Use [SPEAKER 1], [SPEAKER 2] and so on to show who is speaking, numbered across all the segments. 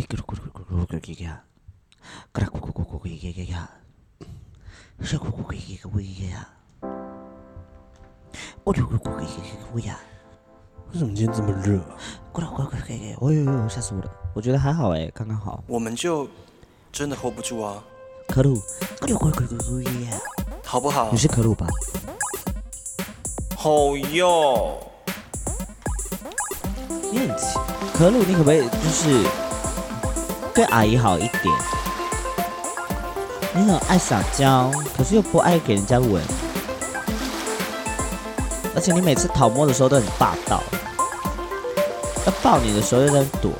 [SPEAKER 1] 얘기야. 그라쿠쿠쿠쿠 얘기야. 샤쿠쿠쿠 얘기야. 오류쿠쿠 얘기야.
[SPEAKER 2] 为什么今天这么热？
[SPEAKER 1] 过来，过来，过来，过来！我呦呦，吓死我了！我觉得还好哎，刚刚好。
[SPEAKER 3] 我们就真的 hold 不住啊，
[SPEAKER 1] 可鲁，过来，过来，过来，过来！过来
[SPEAKER 3] 好不好
[SPEAKER 1] 你？是可鲁吧？
[SPEAKER 3] 好哟，
[SPEAKER 1] 你很奇，可鲁，你可不可以就是对阿姨好一点？你很爱撒娇，可是又不爱给人家闻，而且你每次讨摸的时候都很霸道，要抱你的时候又在躲。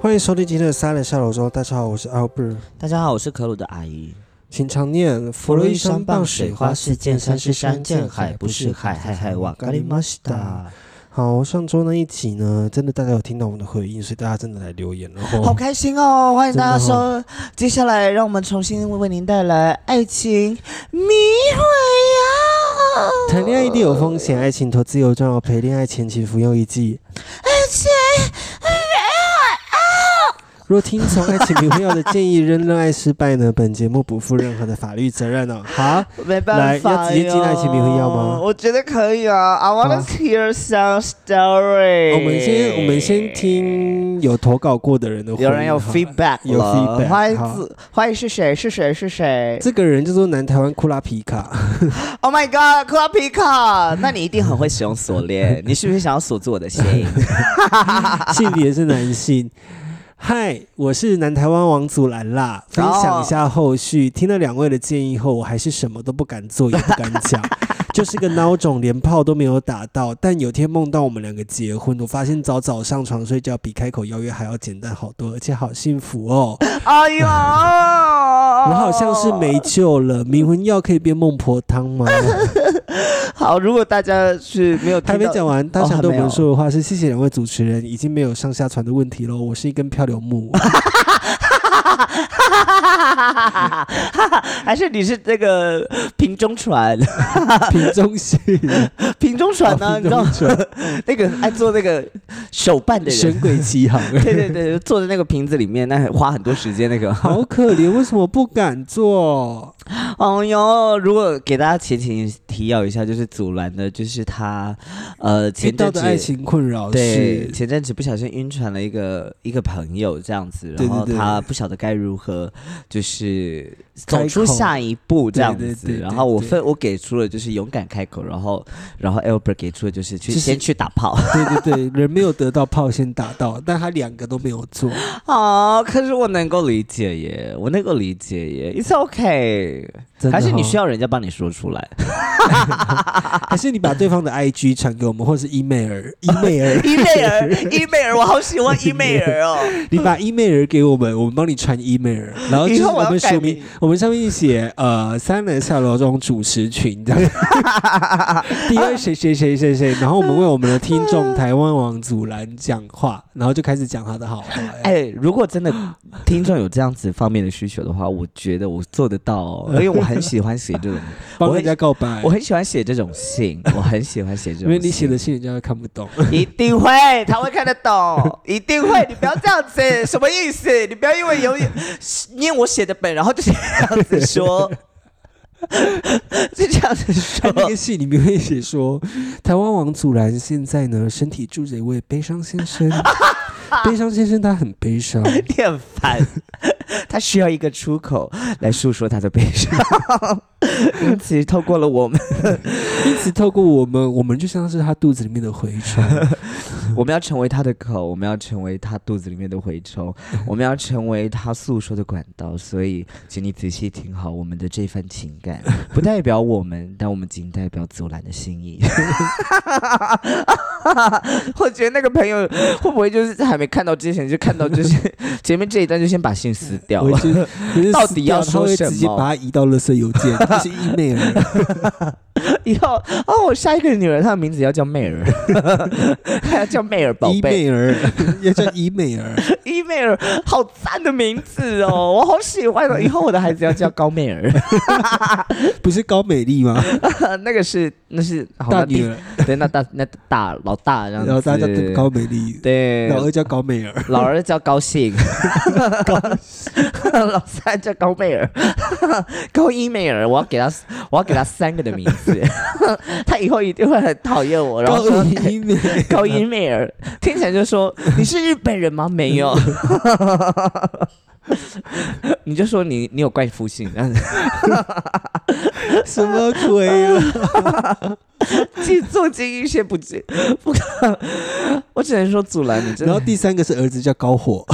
[SPEAKER 2] 欢迎收听今天的三人下楼周，大家好，我是 Albert。
[SPEAKER 1] 大家好，我是可鲁的阿姨。
[SPEAKER 2] 请常念
[SPEAKER 1] 佛
[SPEAKER 2] 佛
[SPEAKER 1] 罗
[SPEAKER 2] 罗
[SPEAKER 1] 伊
[SPEAKER 2] 伊
[SPEAKER 1] 山
[SPEAKER 2] 山
[SPEAKER 1] 傍
[SPEAKER 2] 傍
[SPEAKER 1] 水
[SPEAKER 2] 水
[SPEAKER 1] 花，
[SPEAKER 2] 花，
[SPEAKER 1] 世
[SPEAKER 2] 世
[SPEAKER 1] 见
[SPEAKER 2] 见
[SPEAKER 1] 山
[SPEAKER 2] 山
[SPEAKER 1] 是
[SPEAKER 2] 是
[SPEAKER 1] 山，
[SPEAKER 2] 山，
[SPEAKER 1] 见
[SPEAKER 2] 见
[SPEAKER 1] 海
[SPEAKER 2] 海
[SPEAKER 1] 不
[SPEAKER 2] 不
[SPEAKER 1] 是
[SPEAKER 2] 是
[SPEAKER 1] 海，
[SPEAKER 2] 海，
[SPEAKER 1] 海
[SPEAKER 2] 海
[SPEAKER 1] 海
[SPEAKER 2] 海
[SPEAKER 1] わ
[SPEAKER 2] わ
[SPEAKER 1] か
[SPEAKER 2] か
[SPEAKER 1] り
[SPEAKER 2] り
[SPEAKER 1] ま
[SPEAKER 2] ま
[SPEAKER 1] し
[SPEAKER 2] したた。好，上周那一集呢，真的大家有听到我们的回应，所以大家真的来留言，然后
[SPEAKER 1] 好开心哦！欢迎大家
[SPEAKER 2] 真的
[SPEAKER 1] 收。接下来，让我们重新为您带来《爱情迷魂药》。
[SPEAKER 2] 谈恋爱一定有风险，爱情投资有赚哦，陪恋爱前期服用一剂。若听从爱情迷魂药的建议，仍认爱失败呢，本节目不负任何的法律责任哦。好，
[SPEAKER 1] 没办法
[SPEAKER 2] 来要直接进爱情迷魂药吗
[SPEAKER 1] 哟我觉得可以啊！I wanna
[SPEAKER 2] 好
[SPEAKER 1] hear some story。
[SPEAKER 2] 我们先我们先。听有投稿过的人的回应
[SPEAKER 1] 有人 有
[SPEAKER 2] 好
[SPEAKER 1] feedback，
[SPEAKER 2] 有
[SPEAKER 1] 了
[SPEAKER 2] feedback，
[SPEAKER 1] 欢迎
[SPEAKER 2] 好
[SPEAKER 1] 自欢迎是谁？是谁？是谁
[SPEAKER 2] 这个人叫做南台湾库拉皮 卡，
[SPEAKER 1] ？Oh my god，克拉皮卡，那你一定很会使用锁 链，你是不是想要锁住我的心？
[SPEAKER 2] 性别是男性。嗨，我是南台湾王祖蓝啦，分享一下后续。听了两位的建议后，我还是什么都不敢做，也不敢 讲，就是个孬种，连炮都没有打到。但有天梦到我们两个结婚，我发现早早上床睡觉比开口邀约还要简单好多，而且好幸福哦。
[SPEAKER 1] 哎呦，我哦
[SPEAKER 2] 我好像是没救了，迷魂药可以变孟婆汤吗？
[SPEAKER 1] 好，如果大家是没有听
[SPEAKER 2] 还没
[SPEAKER 1] 到，
[SPEAKER 2] 讲完，他
[SPEAKER 1] 哦
[SPEAKER 2] 想
[SPEAKER 1] 还
[SPEAKER 2] 对我
[SPEAKER 1] 没有
[SPEAKER 2] 们说的话是：谢谢两位主持人，已经没有上下船的问题喽。我是一根漂流 木，
[SPEAKER 1] 还是你是这个瓶中船？
[SPEAKER 2] 瓶中信，
[SPEAKER 1] 瓶中船呢？你知
[SPEAKER 2] 哦瓶
[SPEAKER 1] 道
[SPEAKER 2] 中船，
[SPEAKER 1] 那个爱做那个手办的人，
[SPEAKER 2] 神鬼奇航。
[SPEAKER 1] 对对对，坐在那个瓶子里面，那花很多时间那 个。
[SPEAKER 2] 好可怜，为什么不敢做？
[SPEAKER 1] 哦哟，如果给大家前情提要一下，就是祖蓝的，就是他呃
[SPEAKER 2] 遇
[SPEAKER 1] 前
[SPEAKER 2] 到
[SPEAKER 1] 阵
[SPEAKER 2] 的爱
[SPEAKER 1] 子。
[SPEAKER 2] 情困扰
[SPEAKER 1] 对，
[SPEAKER 2] 是，
[SPEAKER 1] 前阵子不小心晕船了一个一个朋友这样子，
[SPEAKER 2] 对
[SPEAKER 1] 然后
[SPEAKER 2] 对对
[SPEAKER 1] 他不晓得该如何，就是
[SPEAKER 2] 开
[SPEAKER 1] 走
[SPEAKER 2] 口
[SPEAKER 1] 出下一步这样子。
[SPEAKER 2] 对对对对
[SPEAKER 1] 然后我
[SPEAKER 2] 对
[SPEAKER 1] 分我给出了就是勇敢开口，然后然后 Albert 给出的就是去、
[SPEAKER 2] 就是
[SPEAKER 1] 先去打炮。
[SPEAKER 2] 对对对，人没有得到炮先打到，但他两个都没有做。
[SPEAKER 1] 哦，可是我能够理解耶，我能够理解耶，It's OK。
[SPEAKER 2] 真的
[SPEAKER 1] 还是你
[SPEAKER 2] 哦
[SPEAKER 1] 需，要人啊家帮你说出来
[SPEAKER 2] 还是你把对方的 IG 传给我们，或是 email email，
[SPEAKER 1] 伊妹儿，伊妹儿，我好喜 欢伊妹儿哦。
[SPEAKER 2] 你把 email 给我们，我们帮你传 email，然后就
[SPEAKER 1] 以
[SPEAKER 2] 是
[SPEAKER 1] 后我
[SPEAKER 2] 我
[SPEAKER 1] 要
[SPEAKER 2] 们
[SPEAKER 1] 改
[SPEAKER 2] 署名
[SPEAKER 1] 名。
[SPEAKER 2] 我们上面写呃三人下楼中主持群这 样，第二谁谁谁谁谁，然后我们为我们的听 众台湾王祖蓝讲话，然后就开始讲他的好话。哎，
[SPEAKER 1] 哎，如果真的听众有这样子方面的需求的话，我觉得我做得到、哦，因为我很喜欢写 这种，
[SPEAKER 2] 帮
[SPEAKER 1] 我
[SPEAKER 2] 人家告白
[SPEAKER 1] 我，很喜欢写这种信，我很喜欢写这
[SPEAKER 2] 因
[SPEAKER 1] 种信。
[SPEAKER 2] 为你写的信人家会看不懂。
[SPEAKER 1] 一定会，他会看得懂，一定会。你不要这样 子，什么意思？你不要因为有念我写的本，然后就这样子说， 就这样子
[SPEAKER 2] 他
[SPEAKER 1] 说。
[SPEAKER 2] 那个信里面会写说，台湾王祖蓝现在呢身体住着一位悲伤先 生，悲伤先生他很悲伤，
[SPEAKER 1] 你很烦， 他需要一个出口来诉说他的悲 伤，因此透过了我们，
[SPEAKER 2] 因此透过我们，我们就像是他肚子里面的蛔虫。
[SPEAKER 1] 我们要成为他的口，我们要成为他肚子里面的蛔 虫，我们要成为他诉说的管道。所以，请你仔细听好我们的这份情感，不代表我们，但我们仅代表祖蓝的心意。 我觉得那个朋友会不会就是还没看到之前就看到，就是前 面这一段就先把信撕 掉
[SPEAKER 2] 我
[SPEAKER 1] 了？
[SPEAKER 2] 觉得可是
[SPEAKER 1] 到
[SPEAKER 2] 死
[SPEAKER 1] 底
[SPEAKER 2] 掉
[SPEAKER 1] 要
[SPEAKER 2] 他
[SPEAKER 1] 说
[SPEAKER 2] 会
[SPEAKER 1] 什
[SPEAKER 2] 直接
[SPEAKER 1] 么
[SPEAKER 2] 把它移到垃圾邮件，就是 email。
[SPEAKER 1] 以后哦，我下一个女人她的名字要叫媚儿， 她要叫媚儿宝
[SPEAKER 2] 伊
[SPEAKER 1] 贝，
[SPEAKER 2] 美儿，要叫伊美儿，
[SPEAKER 1] 伊媚儿，好赞的名字 哦，我好喜欢哦。以后我的孩子要叫高媚儿，
[SPEAKER 2] 不是高美丽吗？
[SPEAKER 1] 那个是那是 好
[SPEAKER 2] 大
[SPEAKER 1] 那
[SPEAKER 2] 女
[SPEAKER 1] 第
[SPEAKER 2] 儿，
[SPEAKER 1] 对，那大那大老大这样子，
[SPEAKER 2] 然后大家叫高美丽，
[SPEAKER 1] 对
[SPEAKER 2] 老二叫高美儿，
[SPEAKER 1] 老二叫高 兴， 老三叫高媚儿， 高一媚儿，我要给他，我要给他三个的名字， 他以后一定会很讨厌我。 然后
[SPEAKER 2] 高
[SPEAKER 1] 说
[SPEAKER 2] 一美，
[SPEAKER 1] 高一媚儿，听起来就说你是日本人吗？没 有，你就说你你有怪夫姓，这样子
[SPEAKER 2] 什么鬼 啊？
[SPEAKER 1] 去做尽一些不知不可，我只能说祖蓝，你真
[SPEAKER 2] 然后
[SPEAKER 1] 的
[SPEAKER 2] 第三个是儿子叫高火，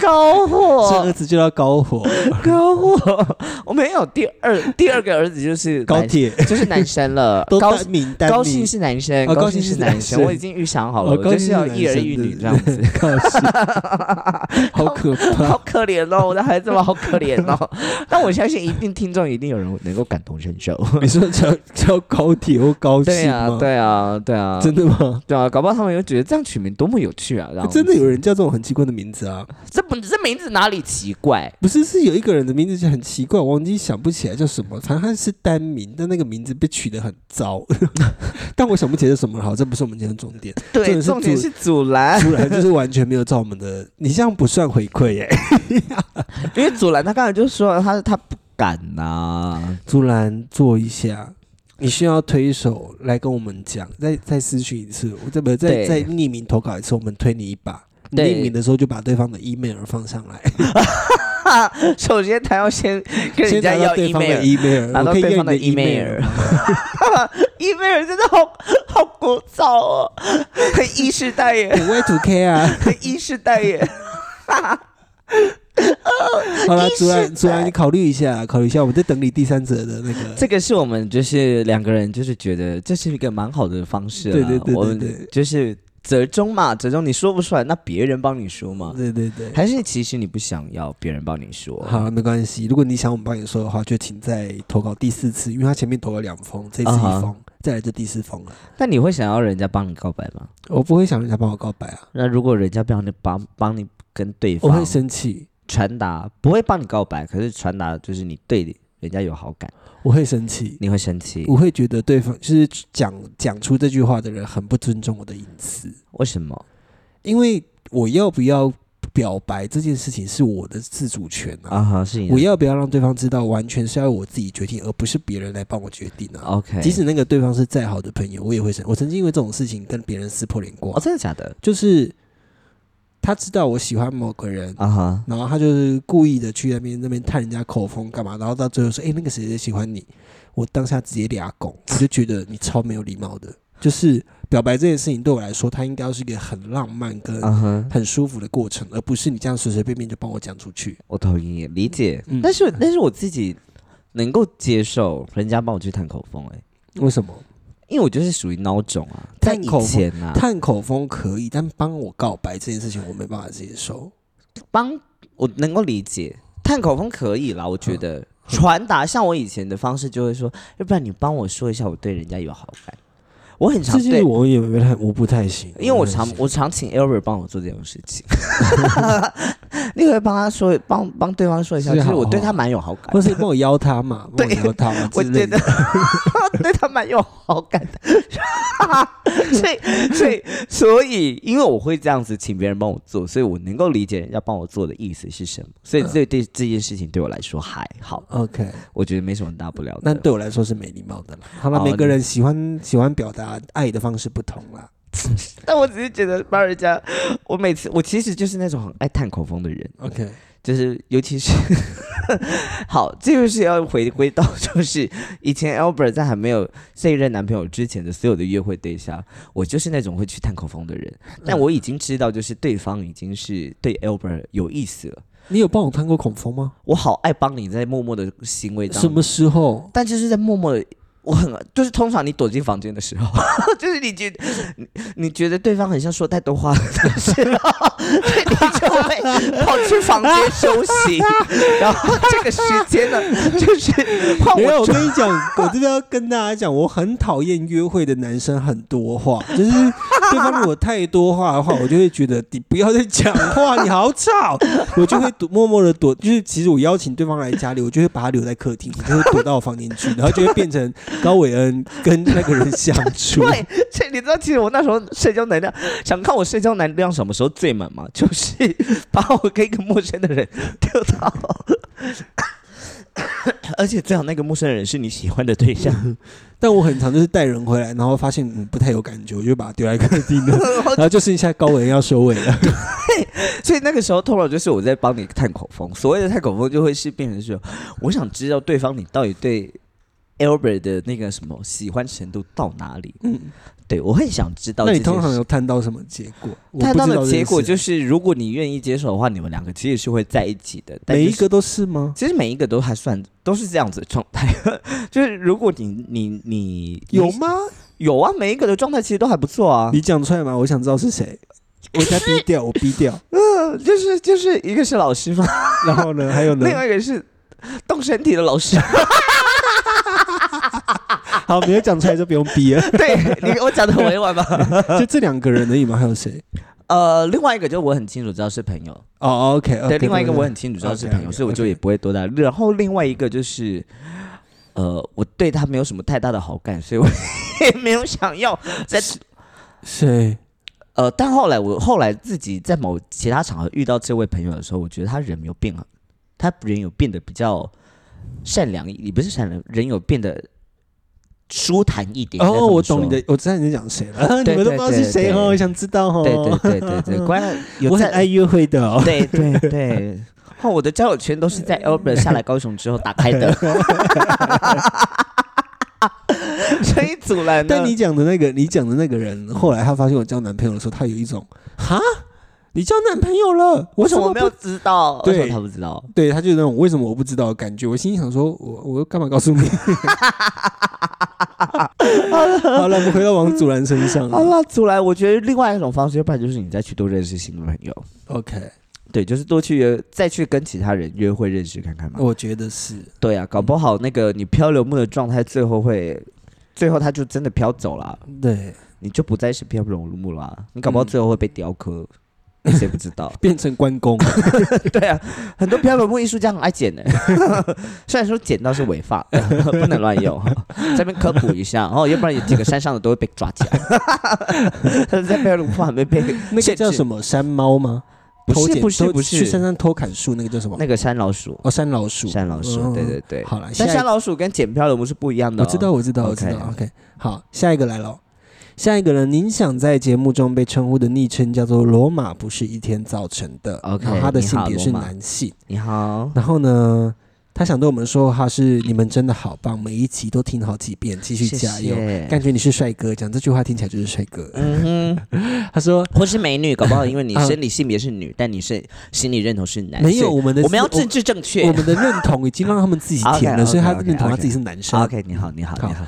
[SPEAKER 1] 高火，
[SPEAKER 2] 生儿子就叫 高火，
[SPEAKER 1] 高我，我没有第二第二个儿子就是
[SPEAKER 2] 高
[SPEAKER 1] 男
[SPEAKER 2] 铁，
[SPEAKER 1] 就是男生了
[SPEAKER 2] 都
[SPEAKER 1] 高
[SPEAKER 2] 单名单名，
[SPEAKER 1] 高兴是男生，
[SPEAKER 2] 哦高
[SPEAKER 1] 啊高
[SPEAKER 2] 兴
[SPEAKER 1] 兴
[SPEAKER 2] 是
[SPEAKER 1] 是男
[SPEAKER 2] 男生
[SPEAKER 1] 生，我已经预想好了，我
[SPEAKER 2] 哦高
[SPEAKER 1] 就
[SPEAKER 2] 兴
[SPEAKER 1] 是
[SPEAKER 2] 是
[SPEAKER 1] 要
[SPEAKER 2] 男
[SPEAKER 1] 一儿
[SPEAKER 2] 生
[SPEAKER 1] 一
[SPEAKER 2] 对
[SPEAKER 1] 女
[SPEAKER 2] 对
[SPEAKER 1] 这样子。
[SPEAKER 2] 高兴， 好可怕。
[SPEAKER 1] 好可怜哦，我的孩子们好可怜哦。 但我相信，一定听众一定有人能够感同身受。
[SPEAKER 2] 你说叫叫高铁或 高
[SPEAKER 1] 对
[SPEAKER 2] 兴
[SPEAKER 1] 啊
[SPEAKER 2] 吗，？
[SPEAKER 1] 对啊，对啊，
[SPEAKER 2] 真的吗？
[SPEAKER 1] 对啊，搞不好他们又觉得这样取名多么有趣啊！然后
[SPEAKER 2] 真的有人叫这种很奇怪的名字啊？
[SPEAKER 1] 这不这名字哪里奇怪？
[SPEAKER 2] 不是，是有一个人的名字就很奇怪，我忘记想不起来叫什么，反正他是单名，但那个名字被取得很糟。 但我想不起来是什么了，好，这不是我们今天的重 点。真的
[SPEAKER 1] 对，
[SPEAKER 2] 是
[SPEAKER 1] 重点
[SPEAKER 2] 祖
[SPEAKER 1] 是祖蓝，
[SPEAKER 2] 出来就是完全没有照我们的，你这样不算回馈耶、
[SPEAKER 1] 因为祖蓝他刚才就说了，他他不敢呐、
[SPEAKER 2] 朱兰坐一下，你需要推手来跟我们讲，再再私讯一次，我再不再
[SPEAKER 1] 对
[SPEAKER 2] 再匿名投稿一次，我们推你一把。你
[SPEAKER 1] 对
[SPEAKER 2] 匿名的时候就把对方的 email 放上来，
[SPEAKER 1] 首先，他要先跟
[SPEAKER 2] 先
[SPEAKER 1] 人
[SPEAKER 2] 拿
[SPEAKER 1] 家
[SPEAKER 2] 到
[SPEAKER 1] 要
[SPEAKER 2] 对方的
[SPEAKER 1] email。
[SPEAKER 2] email，
[SPEAKER 1] 拿
[SPEAKER 2] 我
[SPEAKER 1] 到
[SPEAKER 2] 可以要
[SPEAKER 1] 对
[SPEAKER 2] 你
[SPEAKER 1] 方
[SPEAKER 2] 的
[SPEAKER 1] 的
[SPEAKER 2] email
[SPEAKER 1] email。email 真的好好古早哦， 很意识代言，
[SPEAKER 2] 我 y two K 啊，
[SPEAKER 1] 很意识代言。
[SPEAKER 2] 好了，
[SPEAKER 1] 意识
[SPEAKER 2] 主然主然，
[SPEAKER 1] 在
[SPEAKER 2] 你考虑一下，考虑一下，我们在等你第三者的那个。
[SPEAKER 1] 这个是我们就是两个人，就是觉得这是一个蛮好的方式啦。
[SPEAKER 2] 对对对对
[SPEAKER 1] 我
[SPEAKER 2] 对
[SPEAKER 1] 们就是折中嘛，折中你说不出来，那别人帮你说嘛。
[SPEAKER 2] 对对对，
[SPEAKER 1] 还是其实你不想要别人帮你说？
[SPEAKER 2] 好了，没关系。如果你想我们帮你说的话，就请再投稿第四次，因为他前面投了两封，这次一
[SPEAKER 1] 啊哈
[SPEAKER 2] 封，再来就第四封了。
[SPEAKER 1] 那你会想要人家帮你告白吗？
[SPEAKER 2] 我不会想人家帮我告白啊，
[SPEAKER 1] 那如果人家帮你帮帮你跟对
[SPEAKER 2] 我
[SPEAKER 1] 方
[SPEAKER 2] 会生气，
[SPEAKER 1] 传达，不会帮你告白，可是传达就是你对人家有好感，
[SPEAKER 2] 我会生气，
[SPEAKER 1] 你会生气？
[SPEAKER 2] 我会觉得对方就是讲讲出这句话的人很不尊重我的隐私，
[SPEAKER 1] 为什么？
[SPEAKER 2] 因为我要不要表白这件事情是我的自主权啊。
[SPEAKER 1] 啊哈，是你的
[SPEAKER 2] 我要不要让对方知道，完全是要我自己决定，而不是别人来帮我决定啊。
[SPEAKER 1] OK，
[SPEAKER 2] 即使那个对方是再好的朋友，我也会生。我曾经因为这种事情跟别人撕破脸过，
[SPEAKER 1] 哦，真的假的？
[SPEAKER 2] 就是他知道我喜欢某个人，
[SPEAKER 1] 啊哈，
[SPEAKER 2] 然后他就是故意的去那边那边探人家口风干嘛，然后到最后说：“哎、那个谁谁喜欢你。”我当下直接俩拱，我就觉得你超没有礼貌的。就是表白这件事情对我来说，它应该要是一个很浪漫跟
[SPEAKER 1] 啊哈，
[SPEAKER 2] 很舒服的过程，而不是你这样随随便便就帮我讲出去。
[SPEAKER 1] 我同意理解
[SPEAKER 2] 嗯，
[SPEAKER 1] 但是但是我自己能够接受人家帮我去探口风，哎，
[SPEAKER 2] 为什么？
[SPEAKER 1] 因为我就是属于孬种啊，在
[SPEAKER 2] 探口
[SPEAKER 1] 以
[SPEAKER 2] 风
[SPEAKER 1] 前啊，
[SPEAKER 2] 探口风可以，但帮我告白这件事情我没办法接受。
[SPEAKER 1] 帮我能够理解，探口风可以啦，我
[SPEAKER 2] 嗯
[SPEAKER 1] 觉得。传达像我以前的方式就会说，要不然你帮我说一下，我对人家有好感。我很常
[SPEAKER 2] 这件
[SPEAKER 1] 对
[SPEAKER 2] 事我也没太，我不太行，
[SPEAKER 1] 因为我
[SPEAKER 2] 不太
[SPEAKER 1] 常
[SPEAKER 2] 行
[SPEAKER 1] 我常请 Albert 帮我做这种事情， 你会帮他说，帮帮对方说一下，
[SPEAKER 2] 是
[SPEAKER 1] 就是我
[SPEAKER 2] 好
[SPEAKER 1] 对他蛮有好感
[SPEAKER 2] 或，是帮我邀 他嘛，帮我邀他嘛之
[SPEAKER 1] 我
[SPEAKER 2] 类
[SPEAKER 1] 觉
[SPEAKER 2] 的
[SPEAKER 1] 得。 对他蛮有好感的， 所以所以 所以，因为我会这样子请别人帮我做，所以我能够理解人家帮我做的意思是什么，所以这对这件事情对我来说还好，
[SPEAKER 2] OK，
[SPEAKER 1] 我觉得没什么大不了
[SPEAKER 2] 那
[SPEAKER 1] 的。
[SPEAKER 2] 对我来说是没礼貌的啦。好了，
[SPEAKER 1] 好
[SPEAKER 2] 每个人喜欢喜欢表达爱的方式不同啦。
[SPEAKER 1] 但我只是觉得帮人家，我每次我其实就是那种很爱探口风的人。
[SPEAKER 2] OK，
[SPEAKER 1] 就是尤其是 好，这就是要回归到就是以前 Albert 在还没有这一任男朋友之前的所有的约会对象，我就是那种会去探口风的人，但我已经知道就是对方已经是对 Albert 有意思了，
[SPEAKER 2] 你有帮我探过孔风吗？
[SPEAKER 1] 我好爱帮你在默默的行为当
[SPEAKER 2] 什
[SPEAKER 1] 中，
[SPEAKER 2] 么时候？
[SPEAKER 1] 但就是在默默的。我很就是通常你躲进房间的时候， 就是 你觉得你你觉得对方很像说太多话的时候，所以你就会跑去房间休息， 然后这个时间呢，就是换
[SPEAKER 2] 没有，
[SPEAKER 1] 我
[SPEAKER 2] 我
[SPEAKER 1] 做
[SPEAKER 2] 跟你 讲，我这边要跟大家讲，我很讨厌约会的男生很多话，就是对方如果太多话的话，我就会觉得你不要再讲话，你好吵， 我就会躲默默的躲。就是其实我邀请对方来家里，我就会把他留在客厅，我就会躲到我房间去，然后就会变成高伟恩跟那个人相处。
[SPEAKER 1] 对，这你知道，其实我那时候社交能量，想看我社交能量什么时候最满吗？就是把我跟一个陌生的人丢到，而且最好那个陌生人是你喜欢的对象，
[SPEAKER 2] 但我很常就是带人回来，然后发现嗯不太有感觉，我就把他丢在客厅 了，然后就剩下高伟恩要收尾了。
[SPEAKER 1] 所以那个时候，通常就是我在帮你探口风。所谓的探口风，就会是变成是，我想知道对方你到底对 Albert 的那个什么喜欢程度到哪里。
[SPEAKER 2] 嗯，
[SPEAKER 1] 对我很想知道
[SPEAKER 2] 那
[SPEAKER 1] 这
[SPEAKER 2] 你
[SPEAKER 1] 件
[SPEAKER 2] 通常
[SPEAKER 1] 事。
[SPEAKER 2] 有探到什么结果？我
[SPEAKER 1] 探
[SPEAKER 2] 不
[SPEAKER 1] 到
[SPEAKER 2] 知
[SPEAKER 1] 的
[SPEAKER 2] 道这
[SPEAKER 1] 结
[SPEAKER 2] 件
[SPEAKER 1] 果
[SPEAKER 2] 事
[SPEAKER 1] 就是，如果你愿意接受的话，你们两个其实是会在一起的。但
[SPEAKER 2] 每一
[SPEAKER 1] 就是
[SPEAKER 2] 个都是吗？
[SPEAKER 1] 其实每一个都还算都是这样子的状态， 就是如果你你你
[SPEAKER 2] 有
[SPEAKER 1] 你
[SPEAKER 2] 吗？
[SPEAKER 1] 有啊，每一个的状态其实都还不错啊。
[SPEAKER 2] 你讲出来嘛，我想知道是谁。我再逼掉，我逼 掉。
[SPEAKER 1] 嗯，就是就是一个是老师嘛，
[SPEAKER 2] 然后呢，还有呢
[SPEAKER 1] 另？外一个是动身体的老师。
[SPEAKER 2] 好，没有讲出来就不用逼 了。
[SPEAKER 1] 对你我讲的很委 婉吧？
[SPEAKER 2] 就这两个人而已嘛，还有谁？
[SPEAKER 1] 呃，另外一个就我很清楚知道是朋友，
[SPEAKER 2] 哦，OK，
[SPEAKER 1] 对，另外一个我很清楚知道是朋友，
[SPEAKER 2] OK，OK，OK
[SPEAKER 1] 所以我就也不会多大。然后另外一个就是，呃，我对他没有什么太大的好感，所以我也没有想要 在
[SPEAKER 2] 谁？
[SPEAKER 1] 呃，但后来我后来自己在某其他场合遇到这位朋友的时候，我觉得他人有变了，他人有变得比较善良，也不是善良，人有变得舒坦一点。应该这么
[SPEAKER 2] 哦，我懂
[SPEAKER 1] 说
[SPEAKER 2] 你的，我知道你在讲谁了。啊你
[SPEAKER 1] 对
[SPEAKER 2] 们都
[SPEAKER 1] 对
[SPEAKER 2] 不知道是
[SPEAKER 1] 对
[SPEAKER 2] 谁
[SPEAKER 1] 对
[SPEAKER 2] 哦，我想知道哦。
[SPEAKER 1] 对对对对 对，关了有
[SPEAKER 2] 我很
[SPEAKER 1] 在
[SPEAKER 2] 爱约会的哦。
[SPEAKER 1] 对对对，哦，我的交友圈都是 在 Albert 下来高雄之后打开 的，所以阻拦呢
[SPEAKER 2] 但你讲的那嗯个，你讲的那个人，后来他发现我交男朋友的时候，他有一种哈，你交男朋友了，我
[SPEAKER 1] 为什
[SPEAKER 2] 怎么
[SPEAKER 1] 么没有
[SPEAKER 2] 不？
[SPEAKER 1] 知道？为什么
[SPEAKER 2] 对
[SPEAKER 1] 他不知道？
[SPEAKER 2] 对，他就那种为什么我不知道的感觉。我心里想说，我我干嘛告诉你？ 好了，我们回到王祖蓝身上。
[SPEAKER 1] 好了，阻拦，我觉得另外一种方式，要不然就是你再去多认识新的朋友。
[SPEAKER 2] OK，
[SPEAKER 1] 对，就是多去约，再去跟其他人约会认识看看嘛。
[SPEAKER 2] 我觉得是。
[SPEAKER 1] 对啊，搞不好那个你漂流木的状态，最后会，最后他就真的飘走了，
[SPEAKER 2] 对，
[SPEAKER 1] 你就不再是漂流木了。啊你搞不好
[SPEAKER 2] 嗯
[SPEAKER 1] 最后会被雕刻，谁不知道？
[SPEAKER 2] 变成关公，
[SPEAKER 1] 对啊，很多漂流木艺术家很爱剪的、 虽然说剪刀是违法， 不能乱用 哈。这边科普一下，哦，要不然有几个山上的都会被抓起来。他 在漂流木还没 被
[SPEAKER 2] 那个叫什
[SPEAKER 1] 么？
[SPEAKER 2] 么山猫吗？
[SPEAKER 1] 不
[SPEAKER 2] 偷
[SPEAKER 1] 是
[SPEAKER 2] 剪
[SPEAKER 1] 不是
[SPEAKER 2] 偷
[SPEAKER 1] 不
[SPEAKER 2] 去
[SPEAKER 1] 是
[SPEAKER 2] 山，上偷砍树那个叫什么？
[SPEAKER 1] 那个山老鼠，
[SPEAKER 2] 哦，山老鼠。
[SPEAKER 1] 山老鼠，
[SPEAKER 2] 嗯
[SPEAKER 1] 对对对。
[SPEAKER 2] 好了，下
[SPEAKER 1] 但
[SPEAKER 2] 一
[SPEAKER 1] 山老鼠跟剪漂流木是不一样的、哦
[SPEAKER 2] 我知道，。我知道，我知
[SPEAKER 1] OK
[SPEAKER 2] 道。OK，好，下一个来喽。下一个呢？您想在节目中被称呼的昵称叫做“罗马”，不是一天造成的。
[SPEAKER 1] OK，
[SPEAKER 2] 然后他的
[SPEAKER 1] 你
[SPEAKER 2] 性
[SPEAKER 1] 好
[SPEAKER 2] 别
[SPEAKER 1] 罗
[SPEAKER 2] 是
[SPEAKER 1] 马
[SPEAKER 2] 男性。
[SPEAKER 1] 你好，
[SPEAKER 2] 然后呢，他想对我们说他是你们真的好棒，每一集都听好几遍，继续加油。
[SPEAKER 1] 谢谢
[SPEAKER 2] 感觉你是帅哥，讲这句话听起来就是帅哥。
[SPEAKER 1] 嗯 哼，
[SPEAKER 2] 他说
[SPEAKER 1] 或是美女，搞不好因为 你
[SPEAKER 2] 嗯
[SPEAKER 1] 生理性别是女，但你是心理认同是男，
[SPEAKER 2] 没有，
[SPEAKER 1] 所以
[SPEAKER 2] 我们的
[SPEAKER 1] 我们要
[SPEAKER 2] 自
[SPEAKER 1] 政治正确
[SPEAKER 2] 我。们的认同已经让他们 自己填
[SPEAKER 1] OK，OK，OK，
[SPEAKER 2] 了，所以他认同他自己是男生。
[SPEAKER 1] OK，你好，你好，
[SPEAKER 2] 好
[SPEAKER 1] 你好，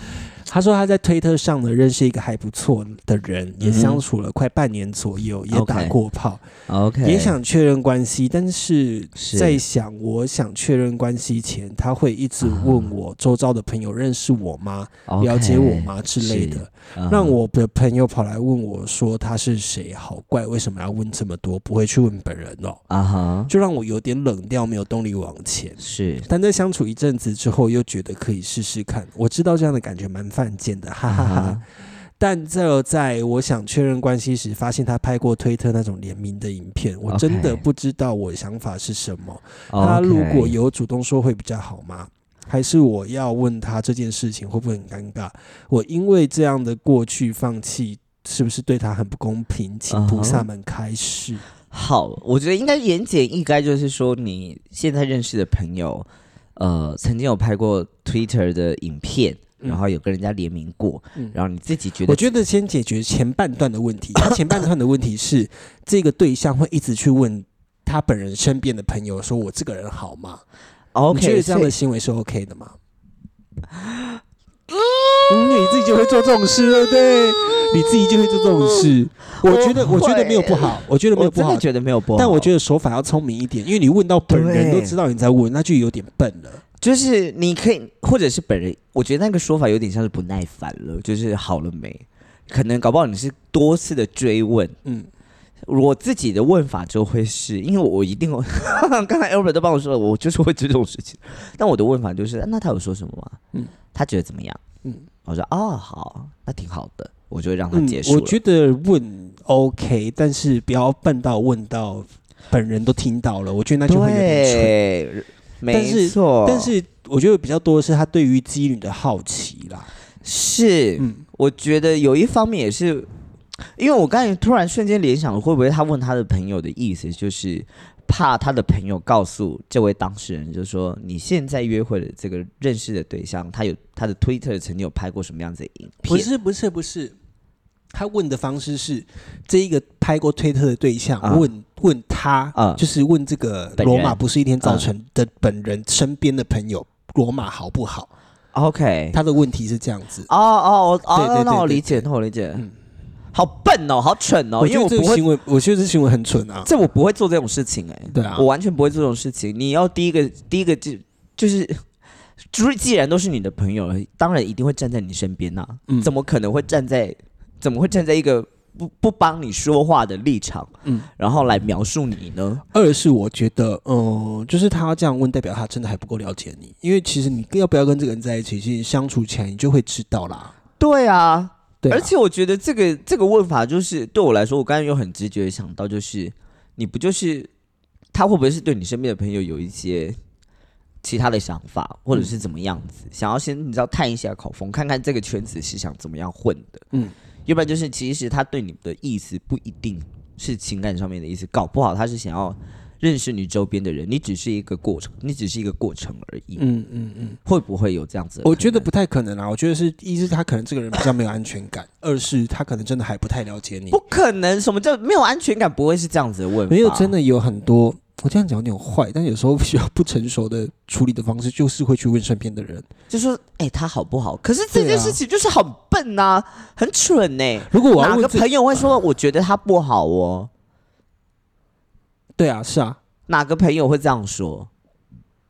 [SPEAKER 2] 他说他在推特上呢认识一个还不错的人，也相处了快半年左右，也
[SPEAKER 1] 嗯 OK
[SPEAKER 2] 打过炮，
[SPEAKER 1] OK，
[SPEAKER 2] 也想确认关系，但是
[SPEAKER 1] 是
[SPEAKER 2] 在想我想确认关系前，他会一直
[SPEAKER 1] 啊
[SPEAKER 2] 问我周遭的朋友认识我吗、
[SPEAKER 1] OK，
[SPEAKER 2] 了解我吗之类的。
[SPEAKER 1] 嗯
[SPEAKER 2] 让我的朋友跑来问我说他是谁，好怪，为什么要问这么多？不会去问本人哦，
[SPEAKER 1] 啊哈，
[SPEAKER 2] 就让我有点冷掉，没有动力往前。
[SPEAKER 1] 是
[SPEAKER 2] 但在相处一阵子之后，又觉得可以试试看。我知道这样的感觉蛮犯贱的，哈哈哈。
[SPEAKER 1] 啊
[SPEAKER 2] 但这在我想确认关系时，发现他拍过推特那种联名的影片，我真的
[SPEAKER 1] OK
[SPEAKER 2] 不知道我想法是什么。
[SPEAKER 1] 哈
[SPEAKER 2] 他如果
[SPEAKER 1] 哦 OK
[SPEAKER 2] 有主动说会比较好吗？还是我要问他这件事情会不会很尴尬？我因为这样的过去放弃，是不是对他很不公平？请菩
[SPEAKER 1] 嗯
[SPEAKER 2] 萨们开示。嗯
[SPEAKER 1] 好，我觉得应该言简意赅，就是说你现在认识的朋友，呃，曾经有拍过 Twitter 的影片，
[SPEAKER 2] 嗯
[SPEAKER 1] 然后有跟人家联名过，
[SPEAKER 2] 嗯
[SPEAKER 1] 然后你自己觉得，
[SPEAKER 2] 我觉得先解决前半段的问题。他前半段的问题是，这个对象会一直去问他本人身边的朋友，说我这个人好吗？你觉
[SPEAKER 1] OK，嗯
[SPEAKER 2] 得这
[SPEAKER 1] 所
[SPEAKER 2] 样的
[SPEAKER 1] 以
[SPEAKER 2] 行为是 OK 的吗？嗯，你自己就会做这种事，对不对？你自己就会做这种事，我觉得，
[SPEAKER 1] 我
[SPEAKER 2] 我觉得
[SPEAKER 1] 会
[SPEAKER 2] 没有不好，我觉得没
[SPEAKER 1] 我
[SPEAKER 2] 有不
[SPEAKER 1] 真
[SPEAKER 2] 好
[SPEAKER 1] 的，觉得没有不好，
[SPEAKER 2] 但我觉得手法要聪明一点，因为你问到本人
[SPEAKER 1] 对
[SPEAKER 2] 都知道你在问，那就有点笨了。
[SPEAKER 1] 就是你可以，或者是本人，我觉得那个说法有点像是不耐烦了，就是好了没？可能搞不好你是多次的追问，
[SPEAKER 2] 嗯，
[SPEAKER 1] 我自己的问法就会是因为我一定会， 刚才 Albert 都帮我说了，我就是会做这种事情。但我的问法就是，那他有说什么吗？
[SPEAKER 2] 嗯
[SPEAKER 1] 他觉得怎么样？
[SPEAKER 2] 嗯
[SPEAKER 1] 我说哦，好，那挺好的，我就会让他
[SPEAKER 2] 嗯
[SPEAKER 1] 结，束了。
[SPEAKER 2] 我觉得问 OK，但是不要笨到问到本人都听到了，我觉得那就会有点蠢。
[SPEAKER 1] 对，
[SPEAKER 2] 但
[SPEAKER 1] 没
[SPEAKER 2] 是
[SPEAKER 1] 错，
[SPEAKER 2] 但是我觉得比较多的是他对于妓女的好奇啦。
[SPEAKER 1] 是
[SPEAKER 2] 嗯，
[SPEAKER 1] 我觉得有一方面也是，因为我刚才突然瞬间联想，会不会他问他的朋友的意思就是怕他的朋友告诉这位当事人，就说你现在约会的这个认识的对象，他有他的推特曾经有拍过什么样子的影
[SPEAKER 2] 不
[SPEAKER 1] 片？
[SPEAKER 2] 是不是不是，他问的方式是这一个拍过推特的对象、
[SPEAKER 1] 啊
[SPEAKER 2] 问问他，
[SPEAKER 1] 啊
[SPEAKER 2] 就是问这个
[SPEAKER 1] 本人啊
[SPEAKER 2] 罗马不是一天造成的本人身边的朋友。罗马好不好？
[SPEAKER 1] 啊，OK，
[SPEAKER 2] 他的问题是这样子，
[SPEAKER 1] 哦哦我
[SPEAKER 2] 对
[SPEAKER 1] 哦
[SPEAKER 2] 对对，
[SPEAKER 1] 那我
[SPEAKER 2] 对
[SPEAKER 1] 理解，
[SPEAKER 2] 对
[SPEAKER 1] 那我理解
[SPEAKER 2] 嗯。
[SPEAKER 1] 好笨哦，好蠢哦，
[SPEAKER 2] 我
[SPEAKER 1] 因
[SPEAKER 2] 觉
[SPEAKER 1] 为
[SPEAKER 2] 得
[SPEAKER 1] 我
[SPEAKER 2] 这
[SPEAKER 1] 不
[SPEAKER 2] 个
[SPEAKER 1] 会
[SPEAKER 2] 行为，我觉得这行为很蠢啊。
[SPEAKER 1] 这我不会做这种事情哎、
[SPEAKER 2] 对啊
[SPEAKER 1] 我完全不会做这种事情。你要第一个，第一个就就是，就是既然都是你的朋友了，当然一定会站在你身边呐、
[SPEAKER 2] 嗯
[SPEAKER 1] 怎么可能会站在，怎么会站在一个不不帮你说话的立场，
[SPEAKER 2] 嗯
[SPEAKER 1] 然后来描述你呢？
[SPEAKER 2] 二是我觉得，嗯，就是他要这样问，代表他真的还不够了解你，因为其实你要不要跟这个人在一起，其实相处起来你就会知道啦。
[SPEAKER 1] 对啊，
[SPEAKER 2] 对啊、
[SPEAKER 1] 而且我觉得这个这个问法，就是对我来说，我刚才有很直觉的想到，就是你不就是他会不会是对你身边的朋友有一些其他的想法，或者是怎么样子，想要先你知道探一下口风，看看这个圈子是想怎么样混的，
[SPEAKER 2] 嗯
[SPEAKER 1] 嗯，要不然就是其实他对你的意思不一定是情感上面的意思，搞不好他是想要。认识你周边的人，你只是一个过程，你只是一个过程而已。
[SPEAKER 2] 嗯嗯嗯，
[SPEAKER 1] 会不会有这样子的可能？
[SPEAKER 2] 我觉得不太可能啊啦。我觉得是一是他可能这个人比较没有安全感，二是他可能真的还不太了解你
[SPEAKER 1] 不。可能。什么叫没有安全感？不会是这样子的问法？啊
[SPEAKER 2] 没有，真的有很多，我这样讲有点坏，但有时候需要不成熟的处理的方式，就是会去问身边的人。
[SPEAKER 1] 就说哎、他好不好？可是这
[SPEAKER 2] 对
[SPEAKER 1] 件
[SPEAKER 2] 啊
[SPEAKER 1] 事情就是很笨呐、很蠢呢、
[SPEAKER 2] 如果我要
[SPEAKER 1] 哪
[SPEAKER 2] 问啊
[SPEAKER 1] 个
[SPEAKER 2] 这，
[SPEAKER 1] 朋友会说我觉得他不好哦？
[SPEAKER 2] 对啊，是啊，
[SPEAKER 1] 哪个朋友会这样说？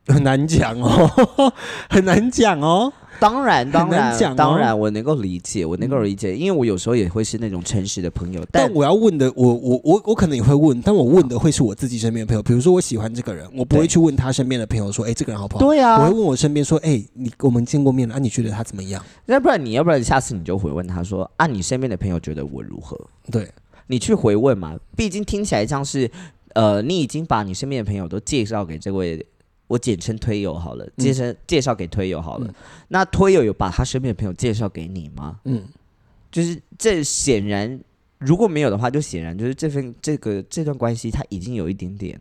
[SPEAKER 2] 很难讲哦， 很难讲哦。
[SPEAKER 1] 当然，
[SPEAKER 2] 很难
[SPEAKER 1] 当然，
[SPEAKER 2] 讲哦嗯
[SPEAKER 1] 当然，我能够理解，我能够理解，因为我有时候也会是那种诚实的朋友，
[SPEAKER 2] 但
[SPEAKER 1] 但
[SPEAKER 2] 我要问的，我我我我可能也会问，但我问的会是我自己身边的朋友，比如说我喜欢这个人，我不会
[SPEAKER 1] 对
[SPEAKER 2] 去问他身边的朋友说，哎、这个人好不好？
[SPEAKER 1] 对
[SPEAKER 2] 我会
[SPEAKER 1] 啊，
[SPEAKER 2] 问我身边说，哎、你我们见过面了，啊，你觉得他怎么样？
[SPEAKER 1] 要不然你要不然下次你就回问他说啊，你身边的朋友觉得我如何？
[SPEAKER 2] 对，
[SPEAKER 1] 你去回问嘛，毕竟听起来像是，呃，你已经把你身边的朋友都介绍给这位，我简称推友好了，介绍、介绍给推友好了。
[SPEAKER 2] 嗯
[SPEAKER 1] 那推友有把他身边的朋友介绍给你吗？
[SPEAKER 2] 嗯，
[SPEAKER 1] 就是这显然如果没有的话，就显然就是这份这个这段关系，它已经有一点点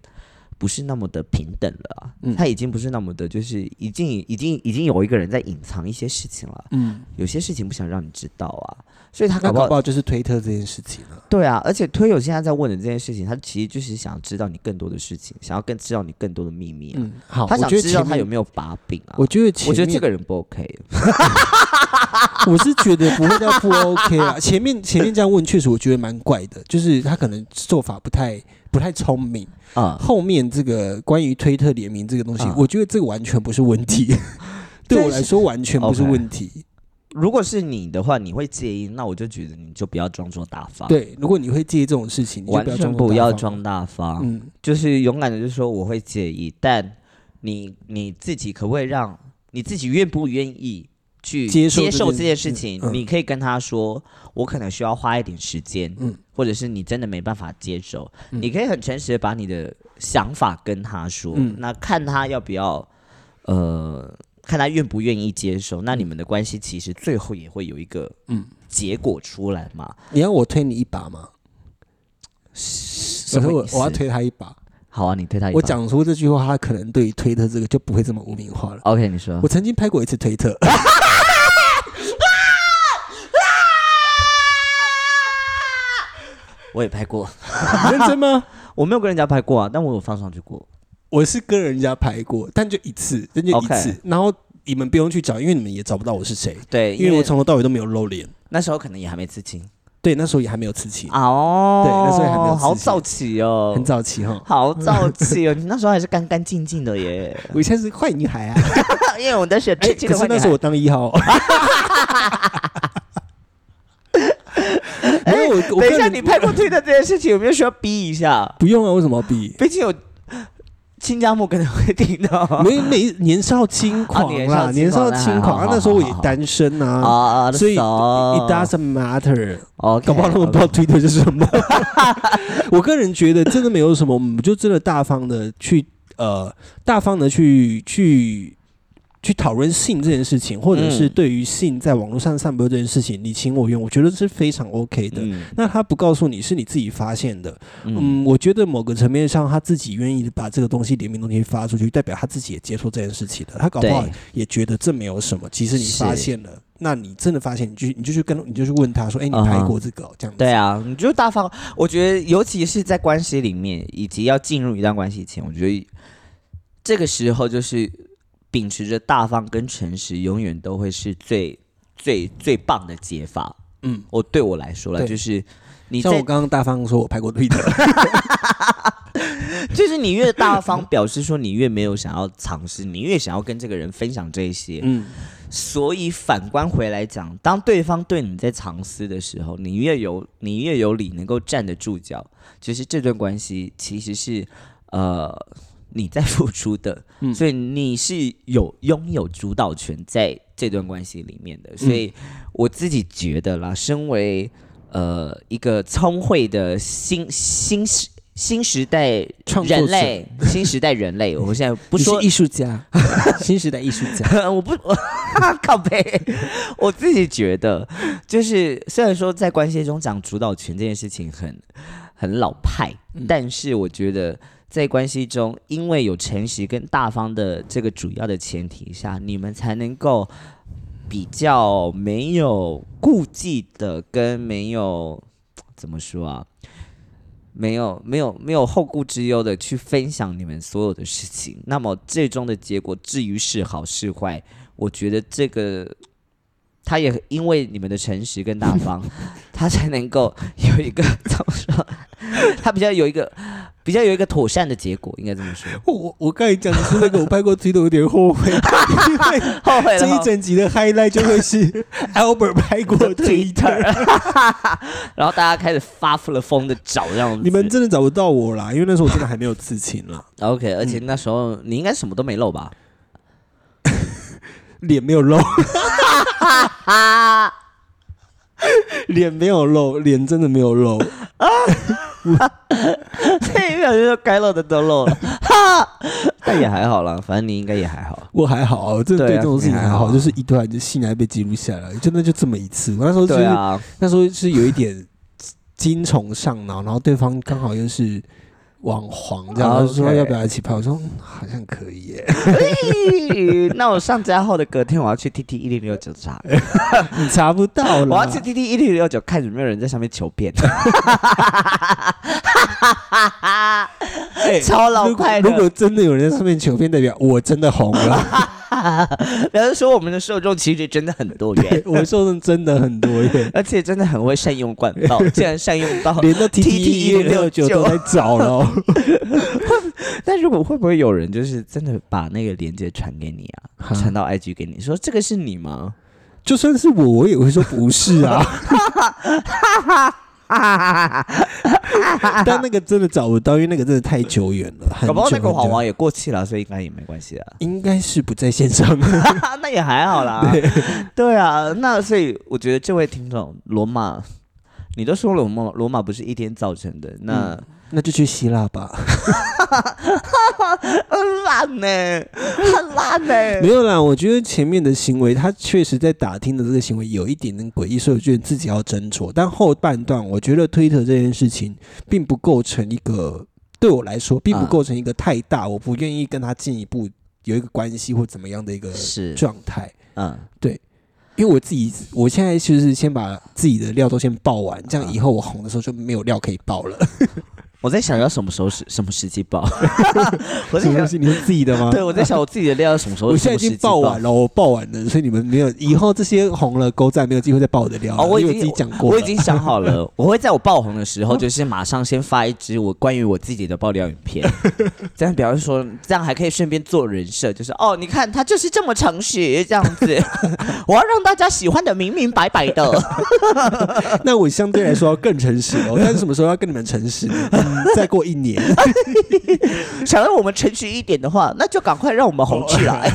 [SPEAKER 1] 不是那么的平等了啊，
[SPEAKER 2] 嗯
[SPEAKER 1] 它已经不是那么的，就是已经已经已经有一个人在隐藏一些事情了，
[SPEAKER 2] 嗯，
[SPEAKER 1] 有些事情不想让你知道啊，所以他搞
[SPEAKER 2] 那
[SPEAKER 1] 不
[SPEAKER 2] 搞
[SPEAKER 1] 好
[SPEAKER 2] 不好就是推特这件事情了、
[SPEAKER 1] 对啊，而且推友现在在问的这件事情，他其实就是想知道你更多的事情，想要更知道你更多的秘密啊、
[SPEAKER 2] 嗯，好，
[SPEAKER 1] 他
[SPEAKER 2] 我
[SPEAKER 1] 想
[SPEAKER 2] 觉得
[SPEAKER 1] 知道
[SPEAKER 2] 前
[SPEAKER 1] 他
[SPEAKER 2] 面
[SPEAKER 1] 有，没有把柄啊。
[SPEAKER 2] 我
[SPEAKER 1] 我
[SPEAKER 2] 觉得前面
[SPEAKER 1] 觉得这个人不 OK，
[SPEAKER 2] 我是觉得不会到不 OK 啊。前面前面这样问，确实我觉得蛮怪的，就是他可能做法不太不太聪明。
[SPEAKER 1] 啊、
[SPEAKER 2] 后面这个关于推特联名这个东西，
[SPEAKER 1] 啊
[SPEAKER 2] 我觉得这个完全不是问 题，对我来说完全不是
[SPEAKER 1] OK
[SPEAKER 2] 问题。
[SPEAKER 1] 如果是你的话，你会介意，那我就觉得你就不要装作大方，，
[SPEAKER 2] 对，如果你会介意这种事情，你就
[SPEAKER 1] 完
[SPEAKER 2] 不要
[SPEAKER 1] 全
[SPEAKER 2] 装
[SPEAKER 1] 不要
[SPEAKER 2] 大方。
[SPEAKER 1] 装大方，
[SPEAKER 2] 嗯，
[SPEAKER 1] 就是勇敢的就说我会介意，但你你自己可不可以让你自己愿不愿意去
[SPEAKER 2] 接受
[SPEAKER 1] 接受这
[SPEAKER 2] 这件
[SPEAKER 1] 件
[SPEAKER 2] 事
[SPEAKER 1] 事
[SPEAKER 2] 情
[SPEAKER 1] 情？
[SPEAKER 2] 嗯
[SPEAKER 1] 你可以跟他说，我可能需要花一点时间，
[SPEAKER 2] 嗯
[SPEAKER 1] 或者是你真的没办法接受，
[SPEAKER 2] 嗯
[SPEAKER 1] 你可以很诚实的把你的想法跟他说，
[SPEAKER 2] 嗯
[SPEAKER 1] 那看他要不要，呃，看他愿不愿意接受，那你们的关系其实最后也会有一个
[SPEAKER 2] 嗯
[SPEAKER 1] 结果出来嘛。
[SPEAKER 2] 你要我推你一把吗？
[SPEAKER 1] 什
[SPEAKER 2] 所以
[SPEAKER 1] 么
[SPEAKER 2] 我
[SPEAKER 1] 意思？
[SPEAKER 2] 我要推他一把。
[SPEAKER 1] 好啊，你推他一把。
[SPEAKER 2] 我讲出这句话，他可能对于推特这个就不会这么污名化了。
[SPEAKER 1] OK，你说
[SPEAKER 2] 我曾经拍过一次推特，
[SPEAKER 1] 我也拍过。
[SPEAKER 2] 认 真吗？
[SPEAKER 1] 我没有跟人家拍过啊，但我有放上去过。
[SPEAKER 2] 我是跟人家拍过，但就一次，但就一次。
[SPEAKER 1] OK
[SPEAKER 2] 然后你们不用去找，因为你们也找不到我是谁，
[SPEAKER 1] 对，
[SPEAKER 2] 因为我从头到尾都没有露脸。
[SPEAKER 1] 那时候可能也还没自清
[SPEAKER 2] 对，那时候也还没有刺青，
[SPEAKER 1] 哦，
[SPEAKER 2] 对那时候也还没有
[SPEAKER 1] 好
[SPEAKER 2] 自清
[SPEAKER 1] 早起哦，
[SPEAKER 2] 很，早期哈。
[SPEAKER 1] 好早起哦，你 那时候还是干干净净的耶，
[SPEAKER 2] 我现在是坏女孩啊，
[SPEAKER 1] 因为我在选
[SPEAKER 2] 哎
[SPEAKER 1] 刺青的
[SPEAKER 2] 可是
[SPEAKER 1] 话，
[SPEAKER 2] 那时候我当 一号。没有我，我
[SPEAKER 1] 哎等一下
[SPEAKER 2] 个人
[SPEAKER 1] 你拍过推特这件事情有没有需要逼一下？
[SPEAKER 2] 不用啊？为什么要比？
[SPEAKER 1] 毕竟有亲家母可能会听到
[SPEAKER 2] 没没年少轻狂
[SPEAKER 1] 啊
[SPEAKER 2] 啦，年
[SPEAKER 1] 哦年
[SPEAKER 2] 少
[SPEAKER 1] 少轻狂那
[SPEAKER 2] 轻狂。
[SPEAKER 1] 还好
[SPEAKER 2] 啊那时候我也单身啊，
[SPEAKER 1] 啊，
[SPEAKER 2] 所以 it
[SPEAKER 1] 哦
[SPEAKER 2] doesn't matter。
[SPEAKER 1] OK，
[SPEAKER 2] 搞不好他们不知道 Twitter 是 什么。我个人觉得真的没有什么，我们就真的大方的去呃，大方的去去去讨论性这件事情，或者是
[SPEAKER 1] 嗯
[SPEAKER 2] 对于性在网络上散播这件事情，你情我愿，我觉得是非常 OK 的。
[SPEAKER 1] 嗯
[SPEAKER 2] 那他不告诉你是你自己发现的，
[SPEAKER 1] 嗯
[SPEAKER 2] 嗯，我觉得某个层面上，他自己愿意把这个东西联名东西发出去，代表他自己也接受这件事情的。他搞不好
[SPEAKER 1] 对
[SPEAKER 2] 也觉得这没有什么。其实你
[SPEAKER 1] 是
[SPEAKER 2] 发现了，那你真的发现，你就你就去跟你就去问他说：“哎，你
[SPEAKER 1] 嗯哼
[SPEAKER 2] 拍过这个哦、这样子？”
[SPEAKER 1] 对啊，你就大方。我觉得，尤其是在关系里面，以及要进入一段关系前，我觉得这个时候就是秉持着大方跟诚实，永远都会是最最最棒的解法。
[SPEAKER 2] 嗯，
[SPEAKER 1] 我对我来说了，
[SPEAKER 2] 对
[SPEAKER 1] 就是你
[SPEAKER 2] 像我
[SPEAKER 1] 在，
[SPEAKER 2] 刚刚大方说，我拍过 Twitter，
[SPEAKER 1] 就是你越大方， 表示说你越没有想要尝试，你越想要跟这个人分享这一些。
[SPEAKER 2] 嗯，
[SPEAKER 1] 所以反观回来讲，当对方对你在藏私的时候，你越有你越有理能够站得住脚，就是这段关系其实是呃你在付出的，
[SPEAKER 2] 嗯
[SPEAKER 1] 所以你是有拥有主导权在这段关系里面
[SPEAKER 2] 嗯
[SPEAKER 1] 的。所以我自己觉得啦，身为呃一个聪慧的新新时新时代
[SPEAKER 2] 创作者
[SPEAKER 1] 人类，新时代人类，我现在不
[SPEAKER 2] 你
[SPEAKER 1] 说
[SPEAKER 2] 是艺术家，新时代艺术 家，
[SPEAKER 1] 我不，我靠背，我自己觉得，就是虽然说在关系中讲主导权这件事情很很老派，但是我觉得在关系中，因为有诚实跟大方的这个主要的前提下，你们才能够比较没有顾忌的，跟没有怎么说啊。没有没有没有后顾之忧的去分享你们所有的事情，那么最终的结果，至于是好是坏，我觉得这个他也因为你们的诚实跟大 方，他才能够有一个 怎么说，他比较有一个比较有一个妥善的结果，应该这么说。
[SPEAKER 2] 我 我我刚才讲的是那个我拍过 Twitter，有点后悔，因为
[SPEAKER 1] 后悔
[SPEAKER 2] 这
[SPEAKER 1] 了
[SPEAKER 2] 一
[SPEAKER 1] 哈。
[SPEAKER 2] 整集的 highlight 就会是 Albert 拍过 Twitter。
[SPEAKER 1] 然后大家开始发疯了疯的找这样子。
[SPEAKER 2] 你们真的找不到我啦，因为那时候我真的还没有刺青 啦，
[SPEAKER 1] OK？而且那时候你应该什么都没漏吧？
[SPEAKER 2] 脸没有露，
[SPEAKER 1] 啊
[SPEAKER 2] 脸没有露，脸真的没有露。
[SPEAKER 1] 对，不小心就该漏的都漏了，哈， 但也还好啦，反正你应该也还好。
[SPEAKER 2] 我还好，我真的对
[SPEAKER 1] 对啊
[SPEAKER 2] 这种事情还
[SPEAKER 1] 你还
[SPEAKER 2] 好，
[SPEAKER 1] 好
[SPEAKER 2] 就是一段就性爱被记录下来，真的就这么一次。我那时候就是、
[SPEAKER 1] 对啊，
[SPEAKER 2] 那时候是有一点精虫上脑，然后对方刚好又是网黄，这样、
[SPEAKER 1] 啊
[SPEAKER 2] 他就说
[SPEAKER 1] OK
[SPEAKER 2] 要不要一起拍，我说嗯好像可以耶。
[SPEAKER 1] 咦 那我上架后的隔天，我要去 T T 一零六九查，
[SPEAKER 2] 你嗯查不到
[SPEAKER 1] 我要
[SPEAKER 2] 了
[SPEAKER 1] 去，T T 一零六九看有没有人在上面求变，
[SPEAKER 2] 哎
[SPEAKER 1] 超老
[SPEAKER 2] 如 果
[SPEAKER 1] 派的
[SPEAKER 2] 如果真的有人在上面求片，代表我真的红了。
[SPEAKER 1] 然后说我们的受众其实真的很多 元，
[SPEAKER 2] 我受众真的很多 耶，
[SPEAKER 1] 而且真的很会善用管 道，竟然善用 到。
[SPEAKER 2] 连到 T T 一
[SPEAKER 1] TT
[SPEAKER 2] 六九都在找了哦。
[SPEAKER 1] 但如果会不会有人就是真的把那个链接传给你啊，
[SPEAKER 2] 哈
[SPEAKER 1] 传到 IG 给你，说这个是你 吗？
[SPEAKER 2] 就算是我，我也会说不 是啊。但那个真的找不到，因为那个真的太久远了，很
[SPEAKER 1] 搞
[SPEAKER 2] 久
[SPEAKER 1] 不好那个
[SPEAKER 2] 很久
[SPEAKER 1] 黄黄也过气了，所以应该也没关系啊。
[SPEAKER 2] 应该是不在线上。
[SPEAKER 1] 那也还好啦。 对啊，那所以我觉得这位听众罗马，你都说了，罗马罗马不是一天造成的，那
[SPEAKER 2] 那就去希腊吧。
[SPEAKER 1] 很烂呢，很烂呢。
[SPEAKER 2] 没有啦，我觉得前面的行为，他确实在打听的这个行为有一点点诡异，所以我觉得自己要斟酌。但后半段，我觉得推特这件事情并不构成一个对我来说，并不
[SPEAKER 1] 嗯
[SPEAKER 2] 构成一个太大，我不愿意跟他进一步有一个关系或怎么样的一个
[SPEAKER 1] 是，
[SPEAKER 2] 状态。
[SPEAKER 1] 嗯，
[SPEAKER 2] 因为我自己，我现在
[SPEAKER 1] 啊
[SPEAKER 2] 就是先把自己的料都先爆完，这样以后我红的时候就没有料可以爆了。
[SPEAKER 1] 我在想要什么时候是什么时机 爆，我
[SPEAKER 2] 什
[SPEAKER 1] 在
[SPEAKER 2] 么东
[SPEAKER 1] 想，
[SPEAKER 2] 西？ 你是自己的吗？
[SPEAKER 1] 对我在想我自己的料要什么时候
[SPEAKER 2] 我
[SPEAKER 1] 什
[SPEAKER 2] 现在
[SPEAKER 1] 么
[SPEAKER 2] 已
[SPEAKER 1] 时
[SPEAKER 2] 经
[SPEAKER 1] 机
[SPEAKER 2] 爆完了，我爆完了，所以你们没有以后这些红了狗仔没有机会再爆我的料了。
[SPEAKER 1] 哦，我已
[SPEAKER 2] 因
[SPEAKER 1] 经
[SPEAKER 2] 为自己讲过了，
[SPEAKER 1] 我已经想好 了，哦我会在我爆红的时候，就是马上先发一支我关于我自己的爆料影 片，这样，比方说，这样还可以顺便做人设，就是哦，你看他就是这么诚实，这样 子，我要让大家喜欢的明明白白 的。
[SPEAKER 2] 那我相对来说要更诚实 哦，但是什么时候要跟你们诚实呢？嗯再过一年，
[SPEAKER 1] 想让我们诚实一点的话，那就赶快让我们红起来，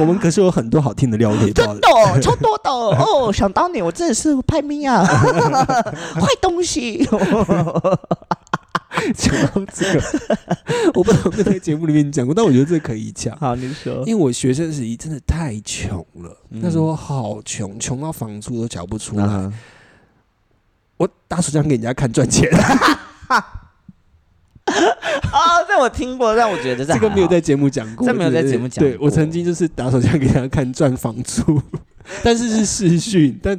[SPEAKER 2] 我们可是有很多好听的料可以爆
[SPEAKER 1] 真的哦超多的哦，哦想当年我真的是拍咪 啊，坏东 西。
[SPEAKER 2] 讲到这个， 我不知道有没有在节目里面讲过，但我觉得这可以讲。
[SPEAKER 1] 好，你说
[SPEAKER 2] 因为我学生时期真的太穷了，
[SPEAKER 1] 嗯
[SPEAKER 2] 那时候好穷，穷到房租都缴不出来。
[SPEAKER 1] 啊
[SPEAKER 2] 我打手枪给人家看赚钱，
[SPEAKER 1] 啊，这我听过，但我觉得
[SPEAKER 2] 这个没有
[SPEAKER 1] 在。
[SPEAKER 2] 在节目讲过，
[SPEAKER 1] 这没有在
[SPEAKER 2] 对
[SPEAKER 1] 节目讲
[SPEAKER 2] 对
[SPEAKER 1] 过
[SPEAKER 2] 我曾经就是打手枪给人家看赚房租，但是是视讯，但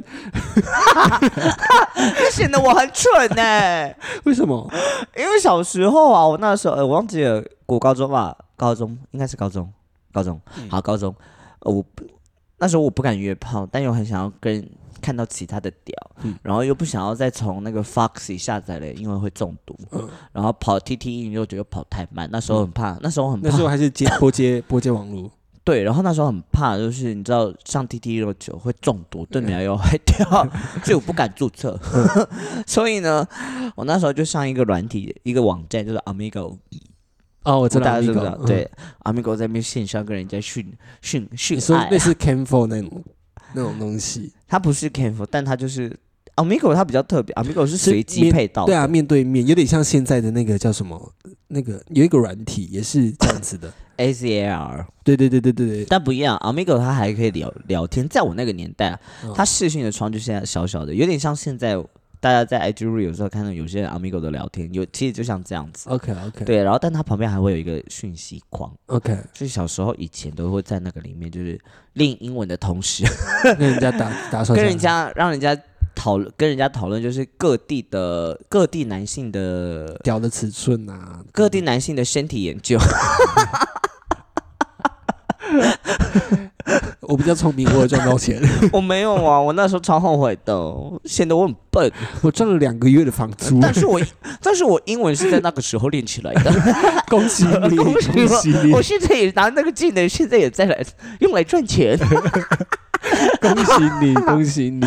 [SPEAKER 1] 显得我很蠢欸呢、
[SPEAKER 2] 为什么？
[SPEAKER 1] 因为小时候啊，我那时候、呃我忘记了，我高中吧，高中应该是高中，高中
[SPEAKER 2] 嗯
[SPEAKER 1] 好，高中，呃，我不那时候我不敢约炮，但又很想要跟看到其他的屌，
[SPEAKER 2] 嗯
[SPEAKER 1] 然后又不想要再从那个 Foxy 下载了，因为会中毒，
[SPEAKER 2] 嗯
[SPEAKER 1] 然后跑 TT 又觉得跑太慢，那时候很怕， 那时候很
[SPEAKER 2] 那时候
[SPEAKER 1] 怕，
[SPEAKER 2] 还是接拨接拨接网络，
[SPEAKER 1] 对，然后那时候很怕，就是你知道上 TT 六九会中毒，对你来又坏掉， 所以我不敢注册。
[SPEAKER 2] 嗯
[SPEAKER 1] 所以呢，我那时候就上一个软体，一个网站，就是 Amigo，
[SPEAKER 2] 哦，我知道，
[SPEAKER 1] 大家知不知
[SPEAKER 2] Amigo，
[SPEAKER 1] 道？
[SPEAKER 2] 嗯，
[SPEAKER 1] 对，Amigo 在那边线上跟人家训训训
[SPEAKER 2] 你说
[SPEAKER 1] 爱
[SPEAKER 2] 类，似 Cam f o r 那种那种东西，
[SPEAKER 1] 它不是 Canva，但它就是 Amigo，它比较特别，Amigo 是随机
[SPEAKER 2] 面
[SPEAKER 1] 配到
[SPEAKER 2] 对
[SPEAKER 1] 的。
[SPEAKER 2] 啊，面对面有点像现在的那个叫什么，那个有一个软体也是这样 子的，
[SPEAKER 1] ACL，
[SPEAKER 2] 对对对对对对，
[SPEAKER 1] 但不一样，Amigo 它还可以聊聊天。在我那个年代啊，
[SPEAKER 2] 嗯
[SPEAKER 1] 它视讯的窗就现在小小的，有点像现在大家在 IG Real 有时候看到有些人 Amigo 的聊天，有其实就像这样子。
[SPEAKER 2] OK OK
[SPEAKER 1] 对，然后但它旁边还会有一个讯息框，
[SPEAKER 2] OK，
[SPEAKER 1] 所以小时候以前都会在那个里面，就是练英文的同时，
[SPEAKER 2] 跟人家打打手枪，
[SPEAKER 1] 跟人家让人家讨论，跟人家讨论就是各地的各地男性的
[SPEAKER 2] 屌的尺寸啊，
[SPEAKER 1] 各地男性的身体研 究。
[SPEAKER 2] 我比较聪明，我有赚到 钱，
[SPEAKER 1] 我没有啊，我那时候超后悔的，哦显得我很笨。
[SPEAKER 2] 我赚了两个月的房租，
[SPEAKER 1] 但是我但是我英文是在那个时候练起来的，
[SPEAKER 2] 恭喜你，
[SPEAKER 1] 恭喜我
[SPEAKER 2] 恭喜 你
[SPEAKER 1] 我，现在也拿那个技能，现在也在来用来赚 钱。
[SPEAKER 2] 恭喜 你，恭喜你，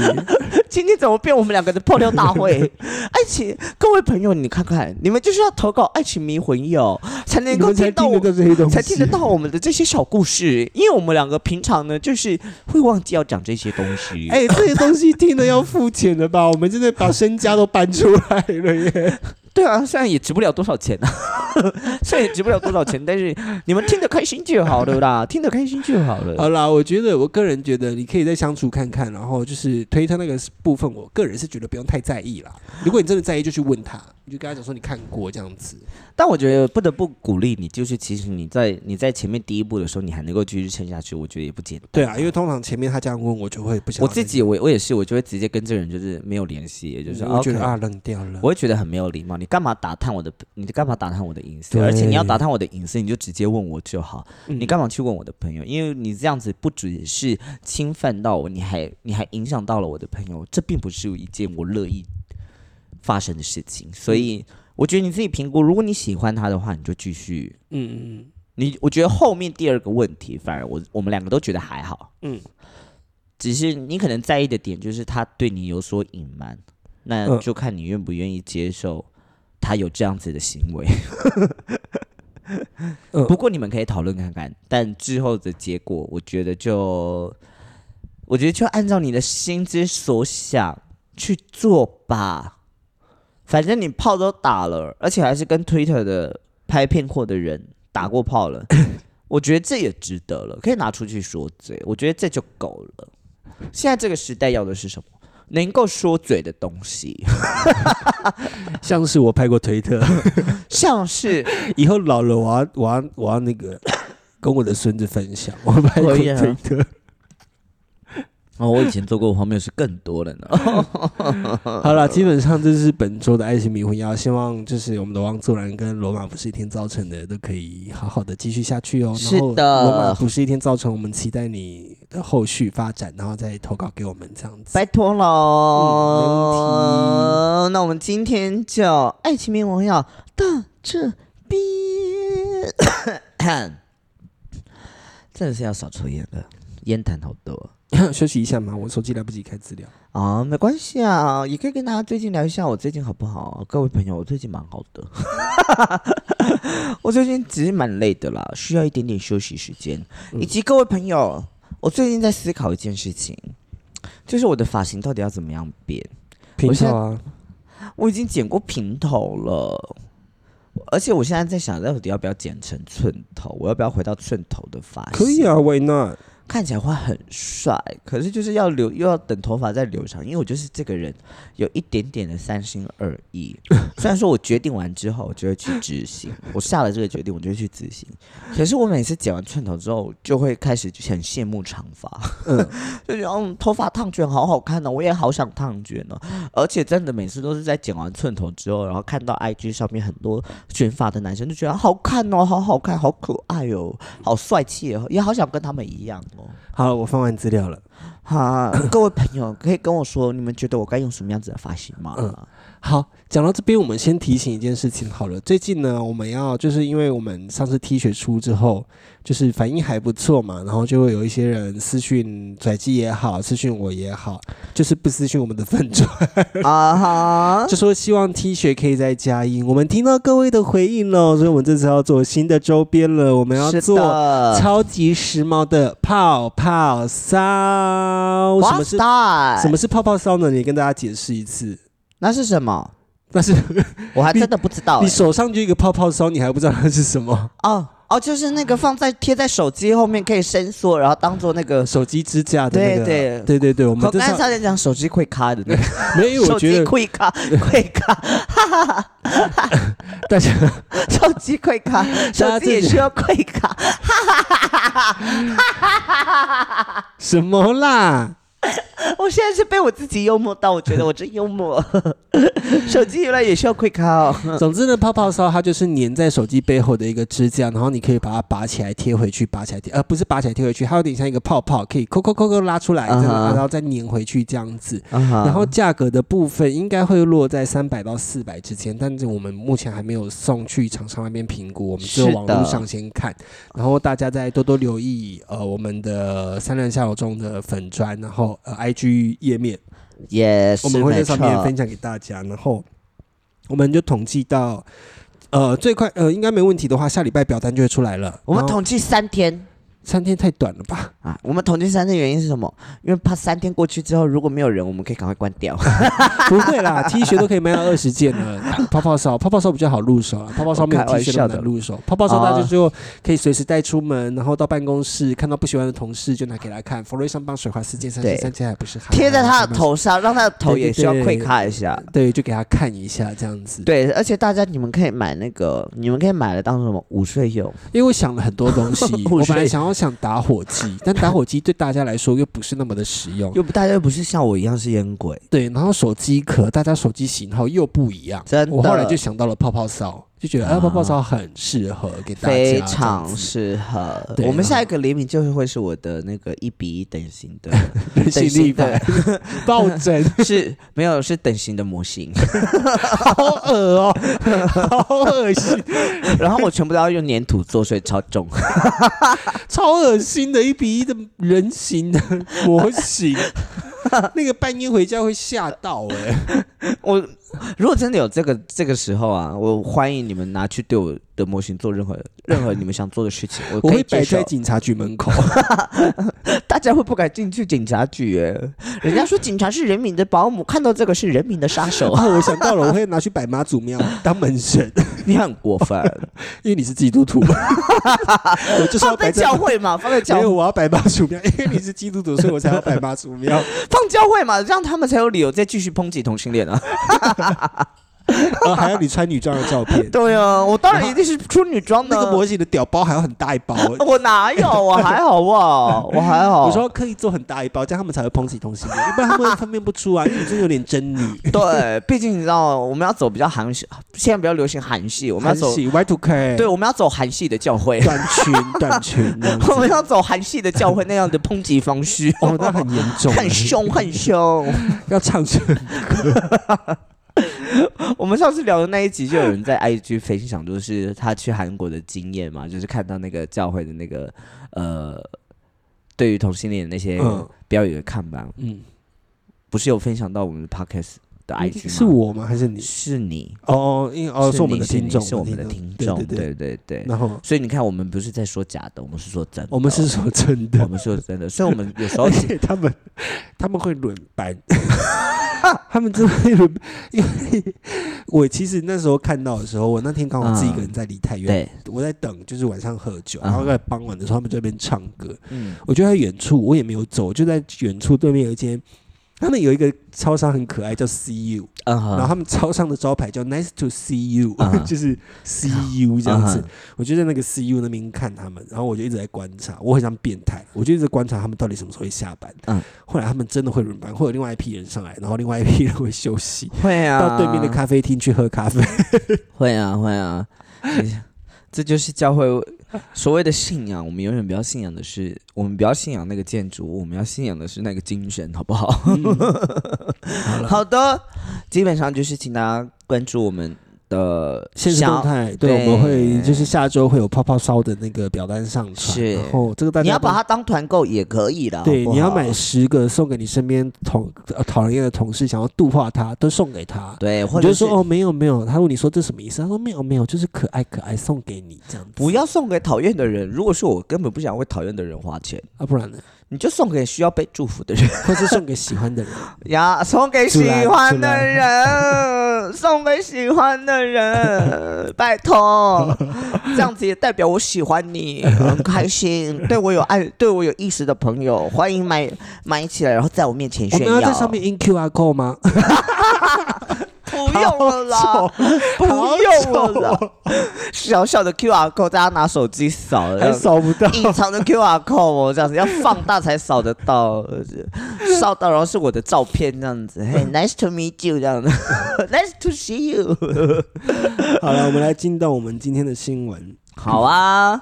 [SPEAKER 1] 今天怎么变我们两个的爆料大 会？爱情，各位朋友，你看看，你们就是要投稿爱情迷魂夜哦，才能
[SPEAKER 2] 你
[SPEAKER 1] 够
[SPEAKER 2] 们才
[SPEAKER 1] 听到
[SPEAKER 2] 听
[SPEAKER 1] 我
[SPEAKER 2] 得到这些东西，
[SPEAKER 1] 才听得到我们的这些小故事，因为我们两个平常呢，就是会忘记要讲这些东西。哎、
[SPEAKER 2] 哎、这些东西听了要付钱的吧？我们真的把身家都搬出来了 耶！
[SPEAKER 1] 对啊，虽然也值不了多少钱啊， 虽然也值不了多少钱，但是你们听得开心就好了啦，听得开心就好了。
[SPEAKER 2] 好啦，我觉得我个人觉得你可以再相处看看，然后就是推特那个部分，我个人是觉得不用太在意啦。如果你真的在意，就去问他，你就跟他讲说你看过这样子。
[SPEAKER 1] 但我觉得不得不鼓励你，就是其实你在你在前面第一步的时候，你还能够继续撑下去，我觉得也不简单。
[SPEAKER 2] 对啊，因为通常前面他这样问我就会不想
[SPEAKER 1] 我
[SPEAKER 2] 要
[SPEAKER 1] 自
[SPEAKER 2] 再，
[SPEAKER 1] 己我我也是，我就会直接跟这个人就是没有联系，也就是
[SPEAKER 2] 我会觉
[SPEAKER 1] OK
[SPEAKER 2] 得。啊扔掉了
[SPEAKER 1] 我。会觉得很没有礼貌，你干嘛打探我的？你干嘛打探我的隐私？
[SPEAKER 2] 对
[SPEAKER 1] 而且你要打探我的隐私，你就直接问我就好。
[SPEAKER 2] 嗯
[SPEAKER 1] 你干嘛去问我的朋友？因为你这样子不只是侵犯到我，你还你还影响到了我的朋友，这并不是一件我乐意发生的事情。所以
[SPEAKER 2] 嗯
[SPEAKER 1] 我觉得你自己评估，如果你喜欢他的话，你就继续。
[SPEAKER 2] 嗯嗯
[SPEAKER 1] 你我觉得后面第二个问题，反而我我们两个都觉得还好，
[SPEAKER 2] 嗯
[SPEAKER 1] 只是你可能在意的点就是他对你有所隐瞒，那
[SPEAKER 2] 嗯
[SPEAKER 1] 就看你愿不愿意接受他有这样子的行为。
[SPEAKER 2] 嗯
[SPEAKER 1] 不过你们可以讨论看看，但之后的结果，我觉得就，我觉得就按照你的心之所想去做吧。反正你炮都打了，而且还是跟 Twitter 的拍片货的人打过炮 了，我觉得这也值得了，可以拿出去说嘴，我觉得这就够了。现在这个时代要的是什么？能够说嘴的东 西，
[SPEAKER 2] 嗯，像是我拍过推特，
[SPEAKER 1] 像 是
[SPEAKER 2] 以后老了我要我要我要 那个跟我的孙子分享，我拍过
[SPEAKER 1] 可以啊
[SPEAKER 2] 推特。
[SPEAKER 4] 哦，我以前做过荒谬事更多了呢。
[SPEAKER 1] 哦
[SPEAKER 2] 好了，基本上这是本周的爱情迷魂药，希望就是我们的王祖蓝跟罗马不是一天造成的，都可以好好的继续下去哦。
[SPEAKER 1] 是的
[SPEAKER 2] 然后罗马不是一天造成，我们期待你的后续发展，然后再投稿给我们这样子。
[SPEAKER 1] 拜托
[SPEAKER 2] 嗯
[SPEAKER 1] 喽、那我们今天就《爱情冥王要到这边， 真的是要少抽烟了，烟痰好多
[SPEAKER 2] 休息一下嘛，我手机来不及开资料。
[SPEAKER 1] 啊，没关系啊，也可以跟大家最近聊一下我最近好不好？各位朋友，我最近蛮好的， 我最近只是蛮累的啦，需要一点点休息时间。
[SPEAKER 2] 嗯
[SPEAKER 1] 以及各位朋友，我最近在思考一件事情，就是我的发型到底要怎么样变？
[SPEAKER 2] 平
[SPEAKER 1] 我现
[SPEAKER 2] 头
[SPEAKER 1] 在
[SPEAKER 2] 啊，
[SPEAKER 1] 我已经剪过平头了，而且我现在在想，到底要不要剪成寸头？我要不要回到寸头的发型？
[SPEAKER 2] 可以啊，Why not？
[SPEAKER 1] 看起来会很帅，可是就是要留，又要等头发再留长，因为我就是这个人有一点点的三心二意。虽然说我决定完之后，我就会去执行， 我下了这个决定，我就会去执行。可是我每次剪完寸头之后，就会开始就很羡慕长发， 就觉得嗯，头发烫卷好好看哦，我也好想烫卷哦。而且真的每次都是在剪完寸头之后，然后看到 IG 上面很多卷发的男生，就觉得好看哦，好好看，好可爱哦，好帅气哦，也好想跟他们一样哦。
[SPEAKER 2] 好了，我放完资料了。
[SPEAKER 1] 好，各位朋友可以跟我说，你们觉得我该用什么样子的发型吗？
[SPEAKER 2] 嗯好，讲到这边，我们先提醒一件事情好了。最近呢，我们要就是因为我们上次 T 恤出之后，就是反应还不错嘛，然后就会有一些人私讯拽机也好，私讯我也好，就是不私讯我们的粉 砖，
[SPEAKER 1] 啊哈，
[SPEAKER 2] 就说希望 T 恤可以再加印。我们听到各位的回应了，所以我们这次要做新的周边了，我们要
[SPEAKER 1] 是
[SPEAKER 2] 做
[SPEAKER 1] 的，
[SPEAKER 2] 超级时髦的泡泡骚。什么是什
[SPEAKER 1] 什
[SPEAKER 2] 么是泡泡骚呢？你跟大家解释一次。
[SPEAKER 1] 那是什么？
[SPEAKER 2] 但是
[SPEAKER 1] 我还真的不知道、
[SPEAKER 2] 你
[SPEAKER 1] 欸。
[SPEAKER 2] 手上就一个泡泡骚，你还不知道它是什么？
[SPEAKER 1] 哦哦，就是那个放在贴在手机后面可以伸缩，然后当做那个。
[SPEAKER 2] 手机支架的那个，
[SPEAKER 1] 对对
[SPEAKER 2] 对对对我们
[SPEAKER 1] 我
[SPEAKER 2] 这
[SPEAKER 1] 刚才
[SPEAKER 2] 上
[SPEAKER 1] 差点讲手机会卡的那个，
[SPEAKER 2] 没有，因为我
[SPEAKER 1] 手
[SPEAKER 2] 觉
[SPEAKER 1] 机
[SPEAKER 2] 得
[SPEAKER 1] 会卡，会卡，
[SPEAKER 2] 大家
[SPEAKER 1] 手机会卡，手
[SPEAKER 2] 大家
[SPEAKER 1] 机也
[SPEAKER 2] 自己
[SPEAKER 1] 需要会卡。
[SPEAKER 2] 什么啦？
[SPEAKER 1] 我现在是被我自己幽默到，我觉得我真幽 默。手机原来也需要会卡哦。
[SPEAKER 2] 总之呢，泡泡骚它就是粘在手机背后的一个支架，然后你可以把它拔起来贴回去，拔起来贴，呃，不是拔起来贴回去，它有点像一个泡泡，可以抠抠抠抠拉出来，
[SPEAKER 1] 啊哈
[SPEAKER 2] 这样然后再粘回去这样子。
[SPEAKER 1] 然
[SPEAKER 2] 然后价格的部分应该会落在三百到四百之间，但是我们目前还没有送去厂商那边评估，我们只有
[SPEAKER 1] 是
[SPEAKER 2] 网络
[SPEAKER 1] 的
[SPEAKER 2] 上先看。然后大家再多多留意呃我们的三人下楼中的粉砖，然后呃 IG 页面，
[SPEAKER 1] 也是
[SPEAKER 2] 我们会在
[SPEAKER 1] 没
[SPEAKER 2] 上
[SPEAKER 1] 错
[SPEAKER 2] 面分享给大家。然后我们就统计到呃最快呃应该没问题的话，下礼拜表单就会出来了。
[SPEAKER 1] 我们
[SPEAKER 2] 然后
[SPEAKER 1] 统计三天
[SPEAKER 2] 三天太短了吧？
[SPEAKER 1] 啊，我们统计三天原因是什么？因为怕三天过去之后，如果没有人，我们可以赶快关 掉。
[SPEAKER 2] 不会啦，T 恤都可以卖到二十件了。泡泡烧，泡泡烧比较好入手啦，泡泡烧没有
[SPEAKER 1] 我哦
[SPEAKER 2] T
[SPEAKER 1] 开玩
[SPEAKER 2] 恤那
[SPEAKER 1] 笑
[SPEAKER 2] 么
[SPEAKER 1] 的哦
[SPEAKER 2] 难入手。泡泡烧大家就可以随时带出门，然后到办公室看到不喜欢的同事就拿给他看。佛瑞上帮水花四件三十
[SPEAKER 1] 对
[SPEAKER 2] 三件还不是好
[SPEAKER 1] 贴在他的，头上，让他的头
[SPEAKER 2] 对对
[SPEAKER 1] 也需要
[SPEAKER 2] 对
[SPEAKER 1] 溃卡一下。
[SPEAKER 2] 对，就给他看一下这样子。，
[SPEAKER 1] 对，而且大家你们可以买那个，你们可以买来当什么午睡用？，
[SPEAKER 2] 因为我想了很多东西
[SPEAKER 1] 我
[SPEAKER 2] 我本来
[SPEAKER 1] 睡
[SPEAKER 2] 想要想打火机，但打火机对大家来说又不是那么的实用。
[SPEAKER 1] 又不大家又不是像我一样是烟鬼，
[SPEAKER 2] 对，然后手机壳，大家手机型号又不一样。
[SPEAKER 1] 真的
[SPEAKER 2] 我后来就想到了泡泡烧，就觉得啊，
[SPEAKER 1] 啊
[SPEAKER 2] 泡泡烧很适合给大家这
[SPEAKER 1] 非
[SPEAKER 2] 样子，
[SPEAKER 1] 常适合。
[SPEAKER 2] 对
[SPEAKER 1] 我们
[SPEAKER 2] 然后
[SPEAKER 1] 下一个礼品就是会是我的那个一比一等型的，
[SPEAKER 2] 人性立法
[SPEAKER 1] 等
[SPEAKER 2] 抱枕，
[SPEAKER 1] 是没有是等型的模 型，
[SPEAKER 2] 好恶 哦、好恶心，
[SPEAKER 1] 然后我全部都要用粘土做，所以超重。
[SPEAKER 2] 超恶心的一比一的人 形的模 型，那个半夜回家会吓到哎、
[SPEAKER 1] 我如果真的有这个这个时候啊，我欢迎你们拿去对我的模型做任何任何你们想做的事 情，我
[SPEAKER 2] 我
[SPEAKER 1] 可
[SPEAKER 2] 会
[SPEAKER 1] 以接
[SPEAKER 2] 摆在
[SPEAKER 1] 受。
[SPEAKER 2] 警察局门 口，
[SPEAKER 1] 大家会不敢进去警察局耶？人家说警察是人民的保姆，看到这个是人民的杀手，
[SPEAKER 2] 哦，我想到了，我会拿去摆妈祖庙当门神，
[SPEAKER 1] 你很过分。
[SPEAKER 2] 因为你是基督 徒，我就是要
[SPEAKER 1] 放
[SPEAKER 2] 摆
[SPEAKER 1] 在
[SPEAKER 2] 在
[SPEAKER 1] 教会嘛，放在教
[SPEAKER 2] 没有，
[SPEAKER 1] 会，
[SPEAKER 2] 我要摆妈祖庙，因为你是基督徒，所以我才要摆 妈祖庙。
[SPEAKER 1] 放教会嘛，这样他们才有理由再继续抨击同性恋啊。，
[SPEAKER 2] 呃，还有你穿女装的照片
[SPEAKER 1] 对啊，我当然一定是处女装的。
[SPEAKER 2] 嗯那个模型的屌包还要很大一包。我
[SPEAKER 1] 我哪有？啊我还好不 好？我还好。
[SPEAKER 2] 我说刻意做很大一包，这样他们才会抨击同性恋，要不然他们分辨不出啊，因为你真的有点真女。
[SPEAKER 1] 对，毕竟你知道，我们要走比较韩系，现在比较流行韩系，我们要走，
[SPEAKER 2] Y two K，
[SPEAKER 1] 对，我们要走韩系的教会，
[SPEAKER 2] 短裙短裙那样子，
[SPEAKER 1] 我们要走韩系的教会那样的抨击方式
[SPEAKER 2] 哦，那很严重，
[SPEAKER 1] 很，凶很凶。
[SPEAKER 2] 要唱这个
[SPEAKER 1] 我们上次聊的那一集，就有人在 IG 分享，就是他去韩国的经验嘛，就是看到那个教会的那个呃，对于同性恋的那些
[SPEAKER 2] 嗯
[SPEAKER 1] 标语的看板，
[SPEAKER 2] 嗯，
[SPEAKER 1] 不是有分享到我们的 podcast 的 IG 吗？
[SPEAKER 2] 是，我吗？还是你？
[SPEAKER 1] 是你，
[SPEAKER 2] 哦，因为哦，
[SPEAKER 1] 是
[SPEAKER 2] 是我们
[SPEAKER 1] 你
[SPEAKER 2] 的听众，
[SPEAKER 1] 是你是我们的听众，
[SPEAKER 2] 对对。
[SPEAKER 1] 对对对。
[SPEAKER 2] 然后
[SPEAKER 1] 所以你看，我们不是在说假的，我们是说真的。
[SPEAKER 2] 我们是说真
[SPEAKER 1] 我
[SPEAKER 2] 的，
[SPEAKER 1] 们说真的，所以我们有时候
[SPEAKER 2] 而且 他们他们会轮班， 他们真的会轮班，因为我其实那时候看到的时候，我那天刚好自己一个人在梨泰院，
[SPEAKER 1] 嗯对，
[SPEAKER 2] 我在等就是晚上喝酒，
[SPEAKER 1] 嗯
[SPEAKER 2] 然后在傍晚的时候他们就在那边唱歌，
[SPEAKER 1] 嗯，
[SPEAKER 2] 我就在远处，我也没有走，我就在远处对面有一间，他们有一个超商很可爱，叫 See You，、
[SPEAKER 1] 嗯
[SPEAKER 2] 然后
[SPEAKER 1] 哼，
[SPEAKER 2] 他们超商的招牌叫 Nice to See You，、
[SPEAKER 1] 嗯
[SPEAKER 2] 就是 See You 这样子。
[SPEAKER 1] 嗯哼
[SPEAKER 2] 我就在那个 See You 那边看他们，然后我就一直在观察，我很像变态，我就一直观察他们到底什么时候会下班。
[SPEAKER 1] 嗯
[SPEAKER 2] 后来他们真的会轮班，会有另外一批人上来，然后另外一批人会休息，
[SPEAKER 1] 会啊，
[SPEAKER 2] 到对面的咖啡厅去喝 咖啡。
[SPEAKER 1] 会啊，会啊， 这就是教会所谓的信仰。我们永远不要信仰的是，我们不要信仰那个建筑，物，我们要信仰的是那个精神，好不好？ 好的，基本上就是请大家关注我们的
[SPEAKER 2] 现实动
[SPEAKER 1] 小。
[SPEAKER 2] 态，对，
[SPEAKER 1] 对
[SPEAKER 2] 我们会就是下周会有泡泡烧的那个表单上传，
[SPEAKER 1] 是
[SPEAKER 2] 然后这个大家
[SPEAKER 1] 你要
[SPEAKER 2] 都
[SPEAKER 1] 把它当团购也可以的，
[SPEAKER 2] 对，
[SPEAKER 1] 好不
[SPEAKER 2] 你要
[SPEAKER 1] 好
[SPEAKER 2] 买十个送给你身边同呃讨人厌的同事，想要度化他，都送给他。
[SPEAKER 1] 对，
[SPEAKER 2] 你
[SPEAKER 1] 或者
[SPEAKER 2] 就是说哦，没有没有，他问你说这什么意思？他说没有没有，就是可爱可爱送给你这样子。
[SPEAKER 1] 不要送给讨厌的人。如果是我根本不想为讨厌的人花钱，
[SPEAKER 2] 啊，不然 呢？
[SPEAKER 1] 你就送给需要被祝福的 人。
[SPEAKER 2] 或是送给喜欢的人。
[SPEAKER 1] 呀，送给喜欢的人，送给喜欢的人，拜托，这样子也代表我喜欢你，很开心， 对我有爱，对我有意识的朋友，欢迎买买起来，然后在我面前
[SPEAKER 2] 我
[SPEAKER 1] 炫
[SPEAKER 2] 们
[SPEAKER 1] 耀。
[SPEAKER 2] 要在上面印 QR code 吗？
[SPEAKER 1] 不用了 啦，不用了啦，小小的 QR code，大家拿手机扫，
[SPEAKER 2] 还扫不到。
[SPEAKER 1] 隐藏的 QR code 哦，这样子要放大才扫得到， 扫到然后是我的照片这样子。Hey, nice to meet you 这样子 ，Nice to see you。
[SPEAKER 2] 好了，我们来进到我们今天的新闻。
[SPEAKER 1] 好啊，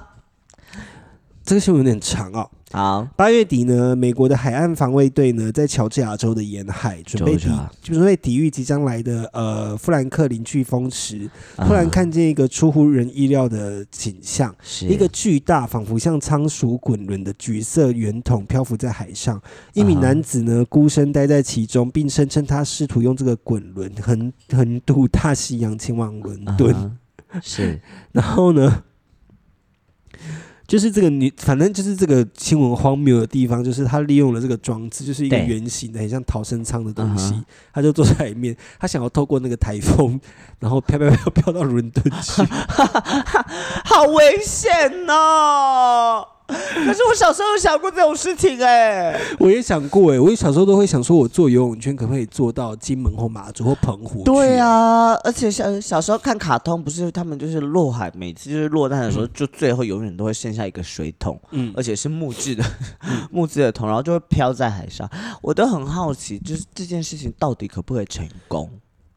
[SPEAKER 2] 这个新闻有点长哦。
[SPEAKER 1] 好，
[SPEAKER 2] 八月底呢，美国的海岸防卫队呢，在乔治亚州的沿海准备
[SPEAKER 1] 乔治
[SPEAKER 2] 抵
[SPEAKER 1] 亚
[SPEAKER 2] 准备抵御即将来的呃富兰克林飓风时，
[SPEAKER 1] 啊
[SPEAKER 2] 突然看见一个出乎人意料的景象：
[SPEAKER 1] 是
[SPEAKER 2] 一个巨大、仿佛像仓鼠滚轮的橘色圆筒漂浮在海上，一名男子
[SPEAKER 1] 啊
[SPEAKER 2] 呢孤身待在其中，并声称他试图用这个滚轮横 横渡大西洋前往伦敦。
[SPEAKER 1] 啊哈是
[SPEAKER 2] 然后呢，就是这个女，反正就是这个新闻荒谬的地方，就是她利用了这个装置，就是一个
[SPEAKER 1] 对
[SPEAKER 2] 圆形的，很像逃生舱的东西
[SPEAKER 1] 嗯哼，
[SPEAKER 2] 她就坐在里面，她想要透过那个台风， 然后飘飘飘飘到伦敦去。
[SPEAKER 1] 好危险哦。可是我小时候有想过这种事情哎、
[SPEAKER 2] 我也想过哎、我小时候都会想说，我坐游泳圈可不可以坐到金门或马祖或澎湖？
[SPEAKER 1] 对，啊，而且小小时候看卡通，不是他们就是落海，每次就是落难的时候，就最后永远都会剩下一个水桶，
[SPEAKER 2] 嗯
[SPEAKER 1] 而且是木质的、 木质的桶，然后就会飘在海上。我都很好奇，就是这件事情到底可不可以成功？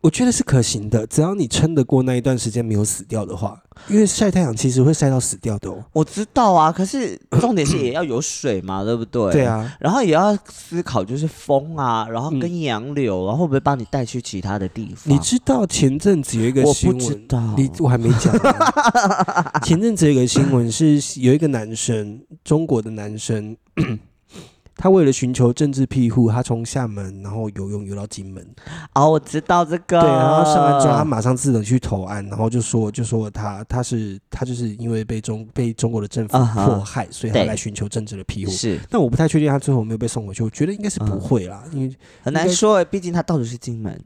[SPEAKER 2] 我觉得是可行的，只要你撑得过那一段时间没有死掉的话，因为晒太阳其实会晒到死掉的哦。
[SPEAKER 1] 我知道啊，可 是重点是也要有水嘛，对不对？
[SPEAKER 2] 对。啊，
[SPEAKER 1] 然后也要思考，就是风啊，然后
[SPEAKER 2] 嗯
[SPEAKER 1] 跟洋流啊，会不会把你带去其他的地方？
[SPEAKER 2] 你知道前阵子有一个
[SPEAKER 1] 我
[SPEAKER 2] 新
[SPEAKER 1] 不
[SPEAKER 2] 闻，
[SPEAKER 1] 知道
[SPEAKER 2] 你我还没讲 完。前阵子有一个新闻是有一个男生，中国的男生， 他为了寻求政治庇护，他从厦门然后游泳游到金门，
[SPEAKER 1] 哦，我知道这个。
[SPEAKER 2] 对，然后上岸之后他马上自动去投案，然后就说就说他他是他就是因为被中被中国的政府
[SPEAKER 1] 啊哈
[SPEAKER 2] 迫害，所以他
[SPEAKER 1] 对
[SPEAKER 2] 来寻求政治的庇护。
[SPEAKER 1] 是
[SPEAKER 2] 但我不太确定他最后有没有被送回去，我觉得应该是不
[SPEAKER 1] 嗯
[SPEAKER 2] 会啦，因为
[SPEAKER 1] 很难
[SPEAKER 2] 应该
[SPEAKER 1] 说欸，毕竟他到底是金门。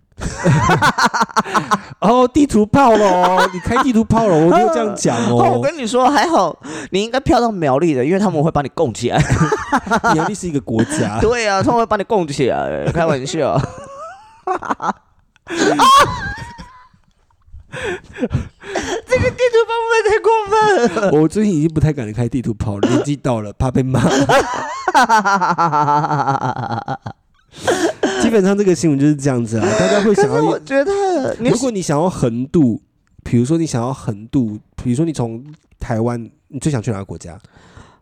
[SPEAKER 2] 哦地图炮了哦， 你开地图炮了， 我没有这样讲哦。
[SPEAKER 1] 哦，我跟你说，还好你应该飘到苗栗的，因为他们会把你供起来。
[SPEAKER 2] 苗栗是一个国家。
[SPEAKER 1] 对啊，他们会把你啊供起来，开玩笑。 这个地图方
[SPEAKER 2] 我最近已经不太敢开地图跑了，年纪到了，怕 被骂。
[SPEAKER 1] 法
[SPEAKER 2] 基本上这个新闻就是这样子啊，大家会
[SPEAKER 1] 太过分了。可
[SPEAKER 2] 想
[SPEAKER 1] 是我
[SPEAKER 2] 要，
[SPEAKER 1] 觉得你
[SPEAKER 2] 如果你想要横渡，比如说你想要横渡，比如说你从台湾，你最想去哪个国家？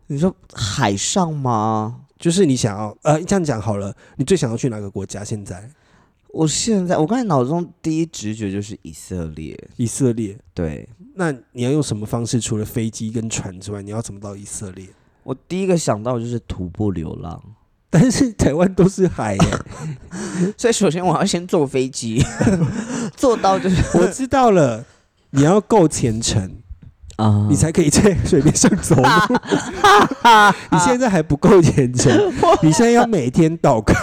[SPEAKER 1] 你说海上吗？
[SPEAKER 2] 就是你想要，呃，这样讲好了，你最想要去哪个国家？现在
[SPEAKER 1] 我现在我刚才脑中第一直觉就是以色列，
[SPEAKER 2] 以色列，
[SPEAKER 1] 对
[SPEAKER 2] 那你要用什么方式？除了飞机跟船之外，你要怎么到以色列？
[SPEAKER 1] 我第一个想到就是徒步流浪，
[SPEAKER 2] 但是台湾都是海耶、
[SPEAKER 1] 所以首先我要先坐飞机， 坐到就是
[SPEAKER 2] 我知道了，你要够虔诚，
[SPEAKER 1] 啊，
[SPEAKER 2] 你才可以在水面上走 路。你现在还不够虔 诚，你现在要每天祷 告，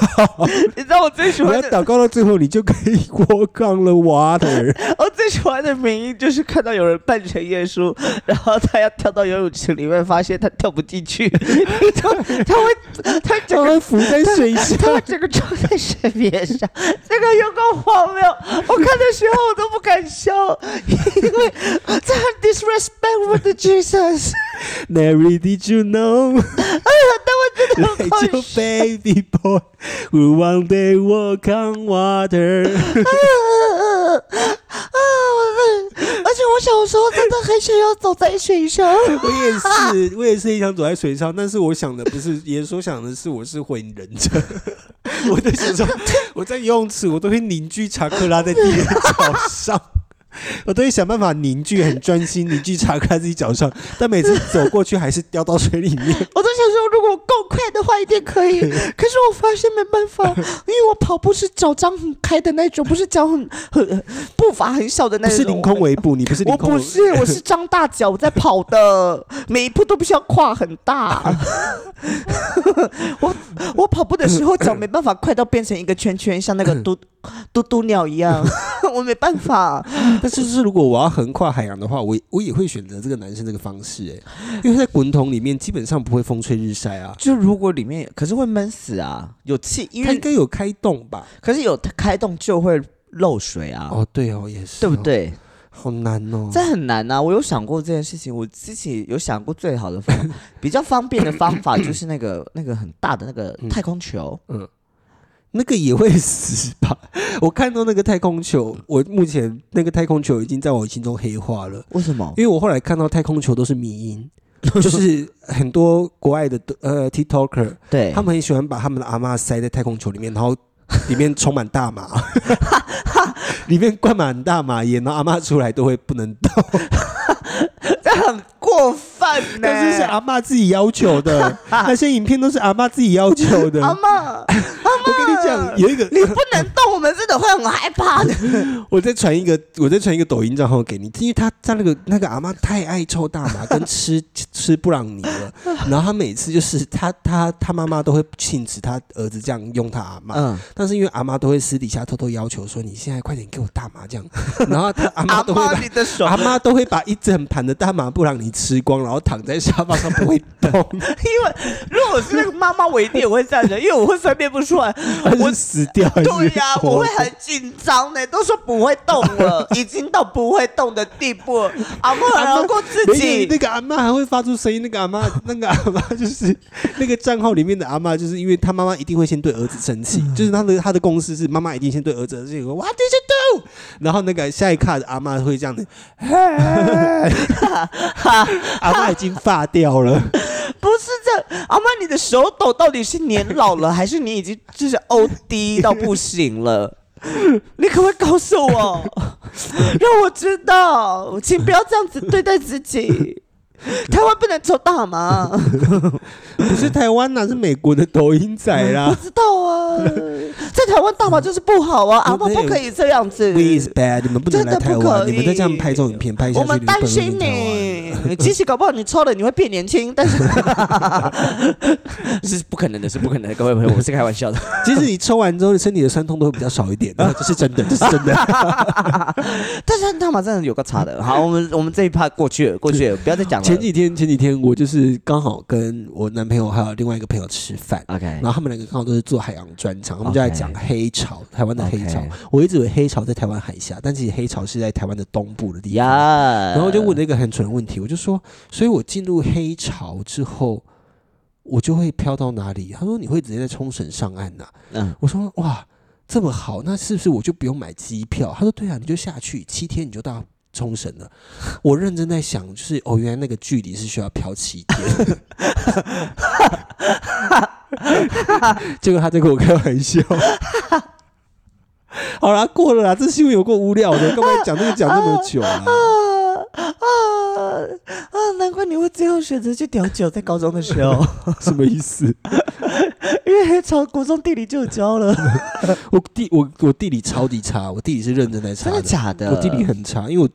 [SPEAKER 1] 你知道我最喜
[SPEAKER 2] 你
[SPEAKER 1] 欢
[SPEAKER 2] 要
[SPEAKER 1] 的
[SPEAKER 2] 祷告到最后，你就可以 walk on the water。
[SPEAKER 1] 我最喜欢的名义就是看到有人扮成耶稣， 然后他要跳到游泳池里面，发现他跳不进 去，他他会他整 个
[SPEAKER 2] 他会浮在水下，
[SPEAKER 1] 他会整个撞在水面上， 这个有够荒谬！我看的时候我都不敢笑，因为这很 disrespect with the Jesus。
[SPEAKER 2] Mary, did you know?
[SPEAKER 1] 但我真的
[SPEAKER 2] Like
[SPEAKER 1] 很
[SPEAKER 2] your
[SPEAKER 1] 搞
[SPEAKER 2] baby boy will one day walk on water.
[SPEAKER 1] 啊啊！而且我小时候真的很想要走在水上。
[SPEAKER 2] 我也 是，我也是很想走在水上，但是我想的不是，也所想的是我是火影忍者。 我在想 说，我在游泳池，我都会凝聚查克拉在自己的脚上， 我都会想办法凝聚，很专心凝聚查克拉自己脚上，但每次走过去还是掉到水里 面。
[SPEAKER 1] 我都想说，如果我够快的话，一定可以。可是我发现没办 法，因为我跑步是脚张很开的那种，不是脚很 很步伐很小的那
[SPEAKER 2] 不
[SPEAKER 1] 种。
[SPEAKER 2] 是凌空围步，你不是凌
[SPEAKER 1] 我
[SPEAKER 2] 空
[SPEAKER 1] 不
[SPEAKER 2] 围
[SPEAKER 1] 是，我是张大脚我在跑的，每一步都必须要跨很 大。我我跑步的时候脚没办法快到变成一个圈圈，像那个 嘟嘟嘟鸟一 样，我没办法。
[SPEAKER 2] 但是就是如果我要横跨海洋的话，我我也会选择这个男生这个方式、哎，因为在滚筒里面基本上不会风吹日晒啊，
[SPEAKER 1] 就如果里面可是会闷死啊，有气，因
[SPEAKER 2] 它应
[SPEAKER 1] 为
[SPEAKER 2] 该有开洞吧？
[SPEAKER 1] 可是有开洞就会漏水啊，
[SPEAKER 2] 哦，对哦，也是、
[SPEAKER 1] 对不？对？
[SPEAKER 2] 好难哦，
[SPEAKER 1] 这很难啊呐、我有想过这件事情，我自己有想过最好的方 法，比较方便的方 法就是那个那个很大的那个
[SPEAKER 2] 嗯
[SPEAKER 1] 太空球，
[SPEAKER 2] 那个也会死吧？我看到那个太空球，我目前那个太空球已经在我心中黑化了，
[SPEAKER 1] 为什么？
[SPEAKER 2] 因为我后来看到太空球都是迷因，就是很多国外的呃 TikToker，
[SPEAKER 1] 对，
[SPEAKER 2] 他们很喜欢把他们的阿嬷塞在太空球里面，然后 里面充满大麻， 里面灌满大麻烟，然后阿嬷出来都会不能动，
[SPEAKER 1] 这很过分呢、
[SPEAKER 2] 但是是阿嬷自己要求的，那些影片都是阿嬷自己要求的。
[SPEAKER 1] 阿妈，
[SPEAKER 2] 嗯我跟你讲，有一个
[SPEAKER 1] 你不能动，我们真的会很害怕的。
[SPEAKER 2] 我再传一个，我再传一个抖音账号给你，因为他他那个那个阿妈太爱抽大麻跟吃 吃布朗尼了，然后他每次就是他他他妈妈都会禁止他儿子这样用他阿妈，
[SPEAKER 1] 嗯，
[SPEAKER 2] 但是因为阿妈都会私底下偷偷要求说你现在快点给我大 麻这样，然后他阿妈
[SPEAKER 1] 阿
[SPEAKER 2] 都会
[SPEAKER 1] 妈，
[SPEAKER 2] 把。
[SPEAKER 1] 你的手，
[SPEAKER 2] 阿妈都会把一整盘的大麻布朗尼吃光，然后躺在沙发上不会动，
[SPEAKER 1] 因为如果我是那个妈妈，我一定也会这样子，因为我会分辨不出 来。
[SPEAKER 2] 他
[SPEAKER 1] 我
[SPEAKER 2] 是死掉还是
[SPEAKER 1] 对呀、
[SPEAKER 2] 活
[SPEAKER 1] 我会
[SPEAKER 2] 着
[SPEAKER 1] 很紧张呢，都说不会动 了，已经到不会动的地步了，阿妈
[SPEAKER 2] 阿嬷
[SPEAKER 1] 饶过自
[SPEAKER 2] 没有
[SPEAKER 1] 己
[SPEAKER 2] 那。个阿妈还会发出声音，那个阿妈，那个阿妈就是那个账号里面的阿妈，就是因为她妈妈一定会先对儿子生气，
[SPEAKER 1] 嗯
[SPEAKER 2] 就是她的她的公式是妈妈一定先对儿子生气，What did you do？然后那个下一卡的阿妈会这样子，阿妈已经发 掉了，
[SPEAKER 1] 不是这阿妈，你的手抖到底是年老了，还是你已经就是 O D 到不行了？你可不可以告诉我， 让我知道，请不要这样子对待自 己。台湾不能抽大麻，
[SPEAKER 2] 不是台湾呐、是美国的抖音仔啦。
[SPEAKER 1] 知道啊，在台湾大麻就是不好啊，阿妈不可以这样子。
[SPEAKER 2] We is bad，你们不能来台
[SPEAKER 1] 真的不
[SPEAKER 2] 湾，
[SPEAKER 1] 可以
[SPEAKER 2] 你们再这样拍这种影片，拍下
[SPEAKER 1] 我
[SPEAKER 2] 去你
[SPEAKER 1] 们
[SPEAKER 2] 们
[SPEAKER 1] 担
[SPEAKER 2] 不能
[SPEAKER 1] 心
[SPEAKER 2] 来台湾。
[SPEAKER 1] 你，嗯，其实搞不好你抽了你会变年轻，但是 是不可能的，是不可能的，各位朋友，我是开玩笑的。
[SPEAKER 2] 其实你抽完之后，身体的酸痛都会比较少一点， 这是真的，这是真的。
[SPEAKER 1] 但是大麻真的有个 差的。好，我们我们这一趴过去了，过去了，不要再讲了。
[SPEAKER 2] 前几天，前几天我就是刚好跟我男朋友还有另外一个朋友吃饭。
[SPEAKER 1] OK，
[SPEAKER 2] 然后他们两个刚好都是做海洋专场，他们就在讲
[SPEAKER 1] OK
[SPEAKER 2] 黑潮，台湾的黑潮
[SPEAKER 1] OK。
[SPEAKER 2] 我一直以为黑潮在台湾海峡，但其实黑潮是在台湾的东部的地
[SPEAKER 1] 呀
[SPEAKER 2] 方。然后就问了一个很蠢的问题，我就说，所以我进入黑潮之后，我就会飘到哪里？他说你会直接在冲绳上岸呐、
[SPEAKER 1] 嗯
[SPEAKER 2] 我说哇，这么好，那是不是我就不用买机票？他说对啊，你就下去七天你就到冲绳 了。我认真在想，就是哦，原来那个距离是需要漂七 天。结果他在跟我开玩笑。好啦，过了啦，这新闻有够无聊的，干嘛讲这个讲这么久 啊？
[SPEAKER 1] 啊啊！难怪你会最后选择去屌酒，在高中的时候，
[SPEAKER 2] 什么意思？
[SPEAKER 1] 因为从国中地理就有教了，
[SPEAKER 2] 我地我我地理超级差，我地理是认真在差
[SPEAKER 1] 真的假的？
[SPEAKER 2] 我地理很差，因为我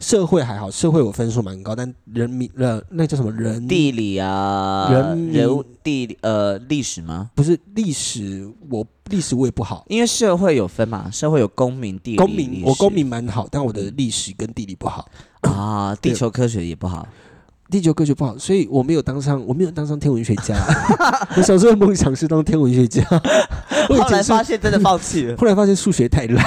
[SPEAKER 2] 社会还好，社会我分数蛮高，但人民呃那叫什么人
[SPEAKER 1] 地理啊，
[SPEAKER 2] 人民
[SPEAKER 1] 人物地理呃历史吗？
[SPEAKER 2] 不是历史，我历史我也不好。
[SPEAKER 1] 因为社会有分嘛，社会有公民地理，
[SPEAKER 2] 公
[SPEAKER 1] 历
[SPEAKER 2] 民
[SPEAKER 1] 史
[SPEAKER 2] 我公民蛮好，但我的历史跟地理不好，
[SPEAKER 1] 啊，地
[SPEAKER 2] 对
[SPEAKER 1] 球科学也不好。
[SPEAKER 2] 地球科学不好，所以我没有当上我没有当上天文学 家。我小时候的梦想是当天文学家，我以
[SPEAKER 1] 后来
[SPEAKER 2] 前是
[SPEAKER 1] 发现真的放弃了。
[SPEAKER 2] 后来发现数学太烂。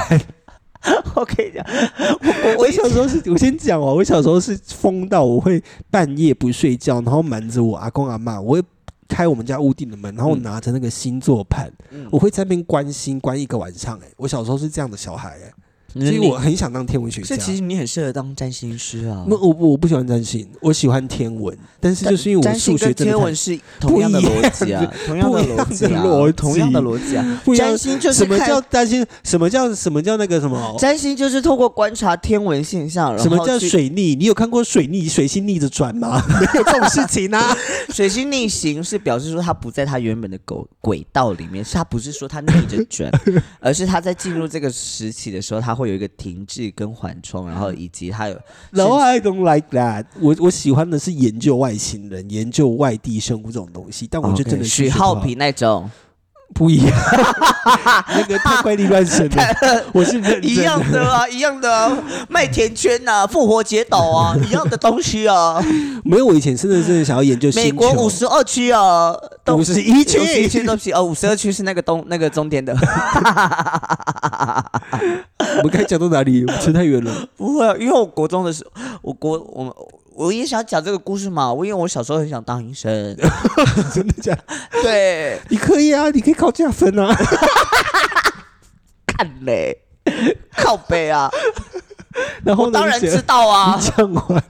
[SPEAKER 1] 我跟你讲，我我
[SPEAKER 2] 我
[SPEAKER 1] 我
[SPEAKER 2] 小时候是，我先讲哦，我小时候是疯到我会半夜不睡觉，然后瞒着我阿公阿妈，我会开我们家屋顶的门，然后我拿着那个星座盘，
[SPEAKER 1] 嗯
[SPEAKER 2] 我会在那边关心关一个晚上、哎，我小时候是这样的小孩、哎，
[SPEAKER 1] 所
[SPEAKER 2] 所以我很想当天文学
[SPEAKER 1] 所
[SPEAKER 2] 家
[SPEAKER 1] 以。其实你很适合当占星师啊。
[SPEAKER 2] 那我我我不喜欢占星，我喜欢天文，但是就是因为我
[SPEAKER 1] 占星
[SPEAKER 2] 数学
[SPEAKER 1] 跟
[SPEAKER 2] 真的
[SPEAKER 1] 天文
[SPEAKER 2] 太
[SPEAKER 1] 是同样的逻辑 啊，同样的逻辑啊，同
[SPEAKER 2] 不一
[SPEAKER 1] 样
[SPEAKER 2] 样
[SPEAKER 1] 的
[SPEAKER 2] 的
[SPEAKER 1] 逻辑啊。
[SPEAKER 2] 不一样
[SPEAKER 1] 占星就是
[SPEAKER 2] 什么
[SPEAKER 1] 看
[SPEAKER 2] 叫占星，什么叫什么叫那个什么
[SPEAKER 1] 占星，就是透过观察天文现象，然后
[SPEAKER 2] 什么叫
[SPEAKER 1] 去
[SPEAKER 2] 水逆？你有看过水逆水星逆着转吗？ 没有这种事情 啊！
[SPEAKER 1] 水星逆行是表示说它不在它原本的轨轨道里面，是它不是说它逆着转，而是它在进入这个时期的时候，它会有一个停滞跟缓冲，然后以及它有
[SPEAKER 2] No, I don't like that 我。我喜欢的是研究外星人、研究外地生物这种东西，但我就真的
[SPEAKER 1] 许
[SPEAKER 2] 数学不
[SPEAKER 1] 浩
[SPEAKER 2] 好
[SPEAKER 1] 平那种
[SPEAKER 2] 不一样， 那个太怪力乱 神了。 我是认
[SPEAKER 1] 一
[SPEAKER 2] 真
[SPEAKER 1] 样
[SPEAKER 2] 的，
[SPEAKER 1] 的啊，一样的啊，麦田圈呐、复活节岛啊，一样的东西 啊，
[SPEAKER 2] 没有我以前真的真的想要研究
[SPEAKER 1] 美
[SPEAKER 2] 星
[SPEAKER 1] 国
[SPEAKER 2] 球
[SPEAKER 1] 五。十二区啊，东
[SPEAKER 2] 51区
[SPEAKER 1] 五十一区东西哦，五十二区是那个东那个终点的，
[SPEAKER 2] 我们该讲到哪里？扯太远了。
[SPEAKER 1] 不会啊，因为我国中的时候，我国我们。我也想讲这个故事嘛，我因为我小时候很想当医生，
[SPEAKER 2] 真的假的？
[SPEAKER 1] 对，
[SPEAKER 2] 你可以啊，你可以考加分 啊。
[SPEAKER 1] 看嘞，靠背啊，
[SPEAKER 2] 然后呢？
[SPEAKER 1] 当然
[SPEAKER 2] 你
[SPEAKER 1] 知
[SPEAKER 2] 讲
[SPEAKER 1] 道 啊，
[SPEAKER 2] 你讲完，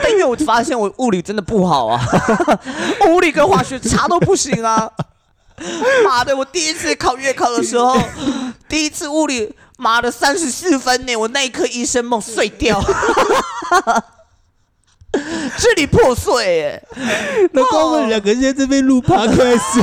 [SPEAKER 1] 但因为我发现我物理真的不好啊，物理跟化学差都不行啊，妈的，我第一次考月考的时候，第一次物理，妈的三十四分呢，我那一刻医生梦碎掉。 支离破碎耶！
[SPEAKER 2] 那光我们两个人在这边录 podcast，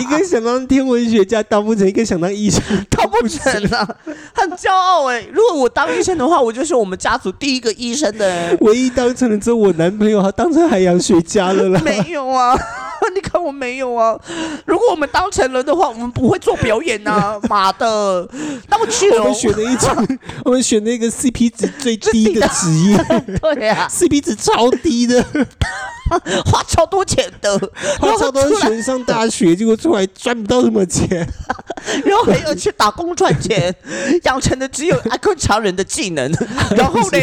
[SPEAKER 2] 一个想当天文学家当不成，一个想当医生
[SPEAKER 1] 他不成啊，很骄傲哎！如果我当医生的话，我就是我们家族第一个医生的人。
[SPEAKER 2] 唯一当成了之后，我男朋友他当成海洋学家了啦。
[SPEAKER 1] 没有啊， 你看我没有啊。如果我们当成人的话，我们不会做表演 呐、妈的，那么去
[SPEAKER 2] 我
[SPEAKER 1] 哦
[SPEAKER 2] 们。选了一种，我们选了一个 CP 值最低的职业
[SPEAKER 1] 对啊呀、
[SPEAKER 2] ，CP 值超低 的，
[SPEAKER 1] 花超多钱的，
[SPEAKER 2] 花超多
[SPEAKER 1] 然后出来，
[SPEAKER 2] 钱上大学，结果出来赚不到什么钱。
[SPEAKER 1] 然后还要去打工赚钱， 养成的只有 阿克常人的技能。 然后呢，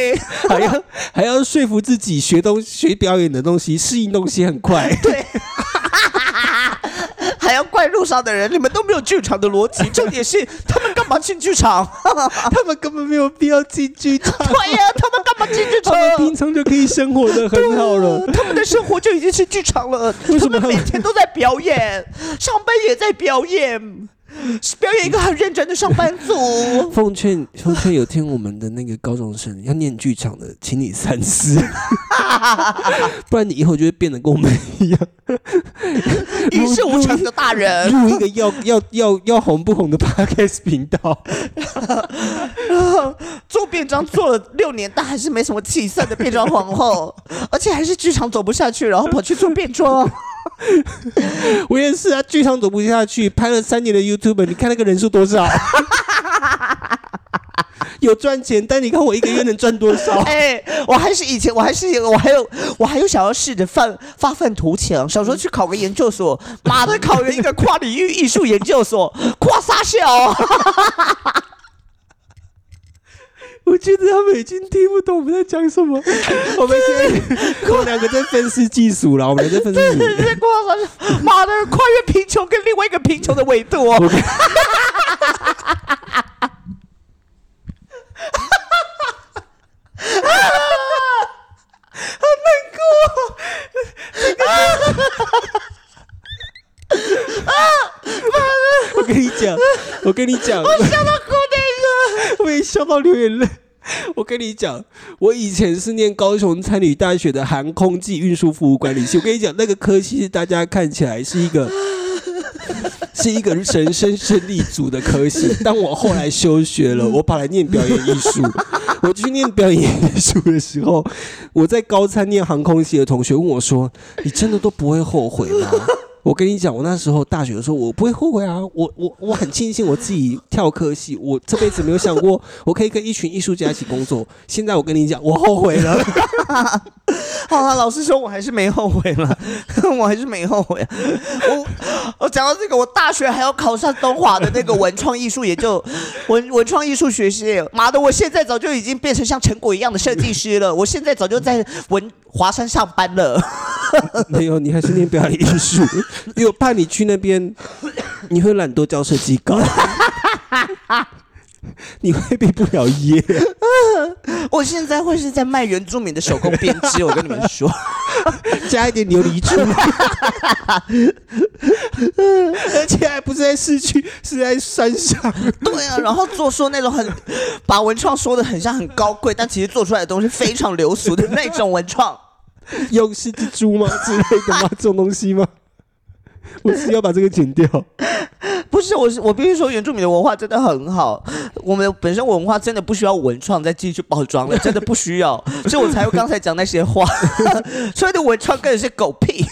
[SPEAKER 2] 还要还要说服自己学东学表演的东西，适应东西很快。
[SPEAKER 1] 还要怪路上的人，你们都没有剧场的逻辑。重点是他们干嘛进剧场？
[SPEAKER 2] 他们根本没有必要进剧场，
[SPEAKER 1] 对呀、 他们干嘛进剧
[SPEAKER 2] 他
[SPEAKER 1] 场？
[SPEAKER 2] 们平常就可以生活的很好 了。
[SPEAKER 1] 呃他们的生活就已经是剧场了，
[SPEAKER 2] 为
[SPEAKER 1] 他
[SPEAKER 2] 什么
[SPEAKER 1] 们每天都在表演，上班也在表演。是表演一个很认真的上班族。
[SPEAKER 2] 奉劝奉劝有听我们的那个高中生要念剧场的，请你三思，不然你以后就会变得跟我们一样，
[SPEAKER 1] 一事无成的大人，
[SPEAKER 2] 入一个要要要要红不红的 podcast 频道。
[SPEAKER 1] 做变装做了六年，但还是没什么起色的变装皇后，而且还是剧场走不下去，然后跑去做变 装。
[SPEAKER 2] 我也是啊，剧场走不下去，拍了三年的 YouTube，你看那个人数多少？ 有赚钱，但你看我一个月能赚多少？
[SPEAKER 1] 哎、我还是以前，我还是我还有我还有想要试着奋发愤图强，想说去考个研究所，妈的，考了一个跨领域艺术研究所，跨啥小？
[SPEAKER 2] 我觉得他们已经听不懂我们在讲什么。我们现在我们两个在分尸技术了，我们在分 尸你。
[SPEAKER 1] 这跨啥小？妈的，跨越贫穷跟另外一个贫穷的维度哦。
[SPEAKER 2] 我跟你讲，我跟你讲，我笑到哭泪了，我也笑到流眼泪。我跟你讲，我以前是念高雄餐旅大学的航空暨运输服务管理系。我跟你讲，那个科系是大家看起来是一个是一个神生胜利组的科系，但我后来休学了，我跑来念表演艺术。我去念表演艺术的时候，我在高参念航空系的同学问我说：“你真的都不会后悔吗？” 我跟你讲，我那时候大学的时候，我不会后悔啊！我我我很庆幸我自己跳科系，我这辈子没有想过我可以跟一群艺术家一起工作。现在我跟你讲，我后悔了。
[SPEAKER 1] 好了，老实说，我还是没后悔了， 我还是没后悔。我我讲到这个，我大学还要考上东华的那个文创艺术研究 文文创艺术学系，妈的，我现在早就已经变成像陈果一样的设计师了，我现在早就在文华山上班了。
[SPEAKER 2] 没有，你还是念表演艺 术，因为我怕你去那边，你会懒惰交设计稿，你会毕不了业。
[SPEAKER 1] 我现在会是在卖原住民的手工编织，我跟你们说，
[SPEAKER 2] 加一点琉璃珠，而且还不是在市区，是在山上。
[SPEAKER 1] 对啊，然后做出那种很 把文创说的很像很高贵，但其实做出来的东西非常流俗的那种文创。
[SPEAKER 2] 用是只猪吗之类的 吗？这种东西吗？我是要把这个剪掉。
[SPEAKER 1] 不是，我是我必须说，原住民的文化真的很好。我们本身文化真的不需要文创再继续包装了，真的不需要，所以我才会刚才讲那些话。所以的文创根本是狗屁。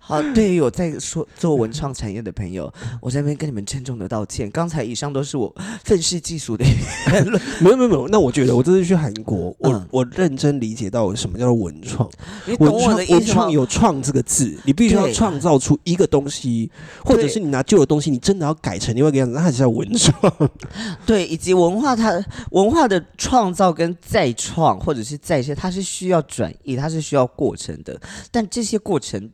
[SPEAKER 1] 好，对于有在说做文创产业的朋友，我在那边跟你们郑重的道歉。刚才以上都是我愤世嫉俗的言论，
[SPEAKER 2] 没有没有没有，那我觉得我这次去韩国，我、
[SPEAKER 1] 嗯
[SPEAKER 2] 我认真理解到什么叫做文创。
[SPEAKER 1] 你懂
[SPEAKER 2] 文
[SPEAKER 1] 我
[SPEAKER 2] 创
[SPEAKER 1] 的意
[SPEAKER 2] 文
[SPEAKER 1] 思吗
[SPEAKER 2] 创？有“创”这个字，你必须要
[SPEAKER 1] 对
[SPEAKER 2] 创造出一个东西，或者
[SPEAKER 1] 对
[SPEAKER 2] 是你拿旧的东西，你真的要改成另外一个样子，那才叫文 创。
[SPEAKER 1] 对，以及文化它文化的创造跟再创或者是再现，它是需要转移，它是需要过程的。但这些过程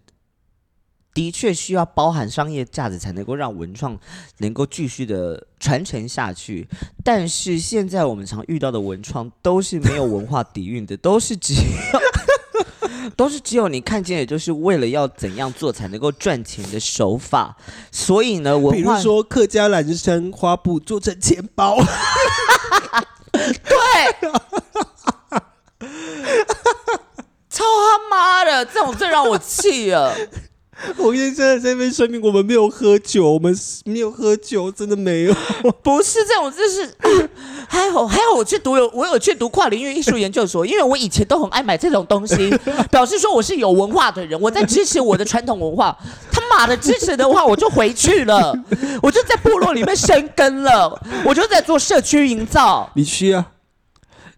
[SPEAKER 1] 的确需要包含商业价值，才能够让文创能够继续的传承下去。但是现在我们常遇到的文创都是没有文化底蕴的，都是只有都是只有 你看见，也就是为了要怎样做才能够赚钱的手法。所以呢，文
[SPEAKER 2] 比如
[SPEAKER 1] 化
[SPEAKER 2] 说客家蓝山花布做成钱包，
[SPEAKER 1] 操他妈的，这种最让我气了。
[SPEAKER 2] 我先真的在这边声明，我们没有喝酒，我们是没有喝酒，真的没有。
[SPEAKER 1] 不是这种，就是、 啊还好还好，我去读有我有去读跨领域艺术研究所，因为我以前都很爱买这种东 西，表示说我是有文化的人，我在支持我的传统文化。他妈的支持的话，我就回去了，我就在部落里面生根了，我就在做社区营造。
[SPEAKER 2] 你去啊。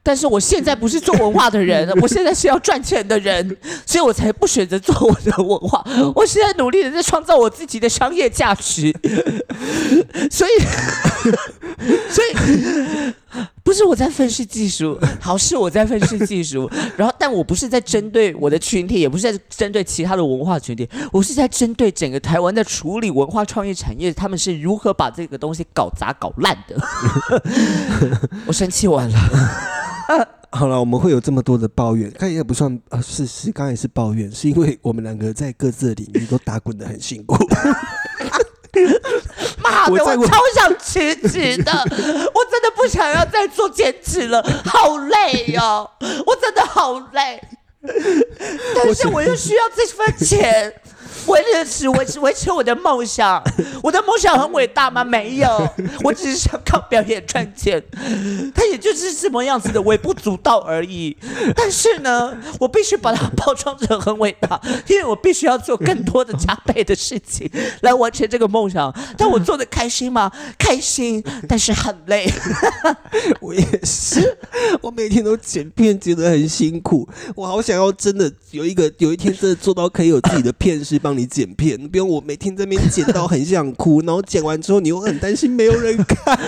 [SPEAKER 1] 但是我现在不是做文化的人，我现在是要赚钱的人，所以我才不选择做我的文化。我现在努力的在创造我自己的商业价值， 所以，所以 不是我在愤世嫉俗，好是我在愤世嫉俗。然后，但我不是在针对我的群体，也不是在针对其他的文化群体，我是在针对整个台湾在处理文化创意产业，他们是如何把这个东西搞砸、搞烂的。 我生气完了。
[SPEAKER 2] 好了，我们会有这么多的抱怨，刚才也不算啊，是是，刚才也是抱怨，是因为我们两个在各自的领域都打滚的很辛苦。
[SPEAKER 1] 妈
[SPEAKER 2] 我
[SPEAKER 1] 的，
[SPEAKER 2] 在
[SPEAKER 1] 我
[SPEAKER 2] 我
[SPEAKER 1] 超想辞职 的，我真的不想要再做兼职了，好累哟、我真的好累。但是我又需要这份钱，维持维持维持我的梦想。我的梦想很伟大吗？没有，我只是想靠表演赚钱。它也就是什么样子的微不足道而已。但是呢，我必须把它包装成很伟大，因为我必须要做更多的加倍的事情来完成这个梦想。但我做的开心吗？开心，但是很累。
[SPEAKER 2] 我也是， 我每天都剪片剪得很辛苦，我好想要真的有一个有一天真的做到可以有自己的片师帮你剪片，不用我每天这边剪到很想 哭，然后剪完之后你又很担心没有人看，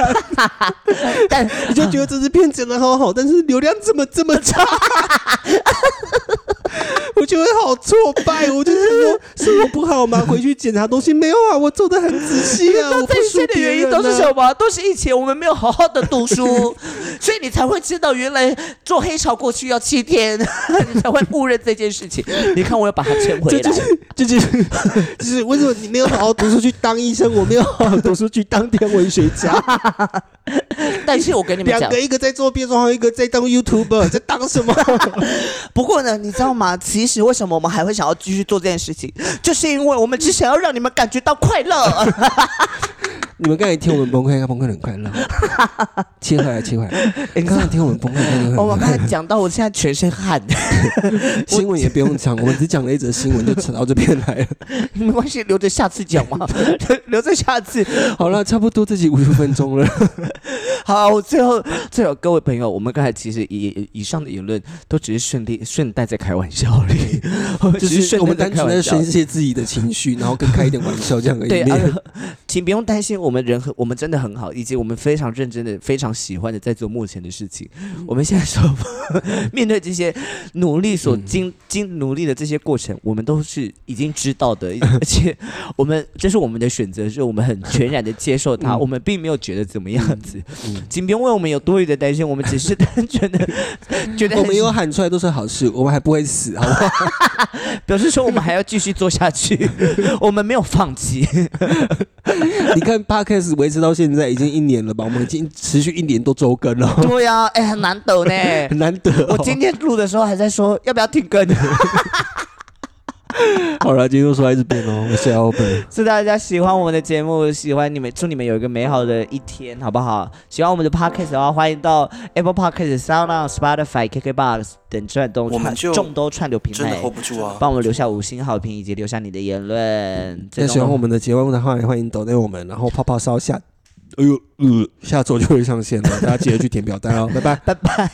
[SPEAKER 1] 但
[SPEAKER 2] 你就觉得这支片剪得好好，但是流量怎么这么差？ 我觉得好挫败，我就是说是我不好吗？回去检查东西没有啊，我做的很仔细啊，我不
[SPEAKER 1] 这
[SPEAKER 2] 输
[SPEAKER 1] 些的
[SPEAKER 2] 别
[SPEAKER 1] 原因
[SPEAKER 2] 人
[SPEAKER 1] 都是
[SPEAKER 2] 啊
[SPEAKER 1] 什么？都是以前我们没有好好的读 书，所以你才会知道原来做黑潮过去要 七天，你才会误认这件事 情。你看，我要把它牵回
[SPEAKER 2] 这
[SPEAKER 1] 来。
[SPEAKER 2] 就是，这就是，就是为什么你没有好好读书去当医生，我没有好 好读书去当天文学家。
[SPEAKER 1] 但是我 跟你们
[SPEAKER 2] 两
[SPEAKER 1] 讲
[SPEAKER 2] 个，一个在做变装，一个在当 YouTuber，在当什 么？
[SPEAKER 5] 不过呢，你知道吗？其实为什么我们还会想要继续做这件事情，就是因为我们只想要让你们感觉到快 乐。
[SPEAKER 2] 你们刚才听我们崩溃，崩溃得 很快乐。切回来，切回来。你刚才听我们崩溃，崩溃得很快乐
[SPEAKER 5] 哦我们刚才讲到，我现在全身汗，
[SPEAKER 2] 新闻也不用讲，我们只讲了一则新闻就扯到这边 来了。
[SPEAKER 5] 没关系，留着下次讲嘛， 留着下次。
[SPEAKER 2] 好了，差不多这集五十分钟 了。
[SPEAKER 1] 好，我最后最后各位朋友，我们刚才其实以以上的言论都只是顺利顺带在开玩笑而 已，我们只
[SPEAKER 2] 就
[SPEAKER 1] 是
[SPEAKER 2] 是
[SPEAKER 1] 顺
[SPEAKER 2] 我们
[SPEAKER 1] 带
[SPEAKER 2] 单
[SPEAKER 1] 在开
[SPEAKER 2] 纯
[SPEAKER 1] 玩
[SPEAKER 2] 的
[SPEAKER 1] 笑
[SPEAKER 2] 宣。泄自己的情绪，然后跟开一点玩笑这样而已。
[SPEAKER 1] 对，
[SPEAKER 2] 没有
[SPEAKER 1] 啊，请不用担心，我们人很，我们真的很好，以及我们非常认真的、非常喜欢的在做目前的事情。
[SPEAKER 5] 嗯
[SPEAKER 1] 我们现在所 面对这些努力所
[SPEAKER 5] 嗯
[SPEAKER 1] 经经努力的这些过程，我们都是已经知道的，而且我们这是我们的选择，是我们很全然的接受它，
[SPEAKER 2] 嗯
[SPEAKER 1] 我们并没有觉得怎么样子
[SPEAKER 2] 嗯嗯，
[SPEAKER 1] 请不用为我们有多余的担心，我们只是单 纯的觉得
[SPEAKER 2] 我
[SPEAKER 1] 很
[SPEAKER 2] 们有喊出来都是好事，我们还不会死，好不好？
[SPEAKER 1] 表示说我们还要继续做 下去，我们没有放弃。
[SPEAKER 2] 你看 Podcast 维持到现在已经一年了吧？我们已经持续一年多周更了，
[SPEAKER 5] 对呀、哎、很难 得呢。
[SPEAKER 2] 很难得 哦、
[SPEAKER 5] 我今天录的时候还在说要不要停 更，
[SPEAKER 2] 好了，今天就说到这边喽。我是
[SPEAKER 5] 哦
[SPEAKER 2] Albert，
[SPEAKER 1] 祝大家喜欢我们的节目，喜欢你们，祝你们有一个美好的一天，好不好？喜欢我们的 podcast 的话，欢迎到 Apple Podcast、Sound On、Spotify、KKBox 等串动
[SPEAKER 3] 我
[SPEAKER 1] 串
[SPEAKER 3] 们就
[SPEAKER 1] 众多串流平
[SPEAKER 3] 真的
[SPEAKER 1] 台
[SPEAKER 3] hold，不住啊！
[SPEAKER 1] 帮我们留下五星好评以及留下你的言论。
[SPEAKER 2] 那喜欢我们的节目的话，也欢迎抖内我们，然后泡泡烧下， 哎呦，呃，下周就会上线了，大家记得去填表单哦，拜拜。
[SPEAKER 1] 拜拜。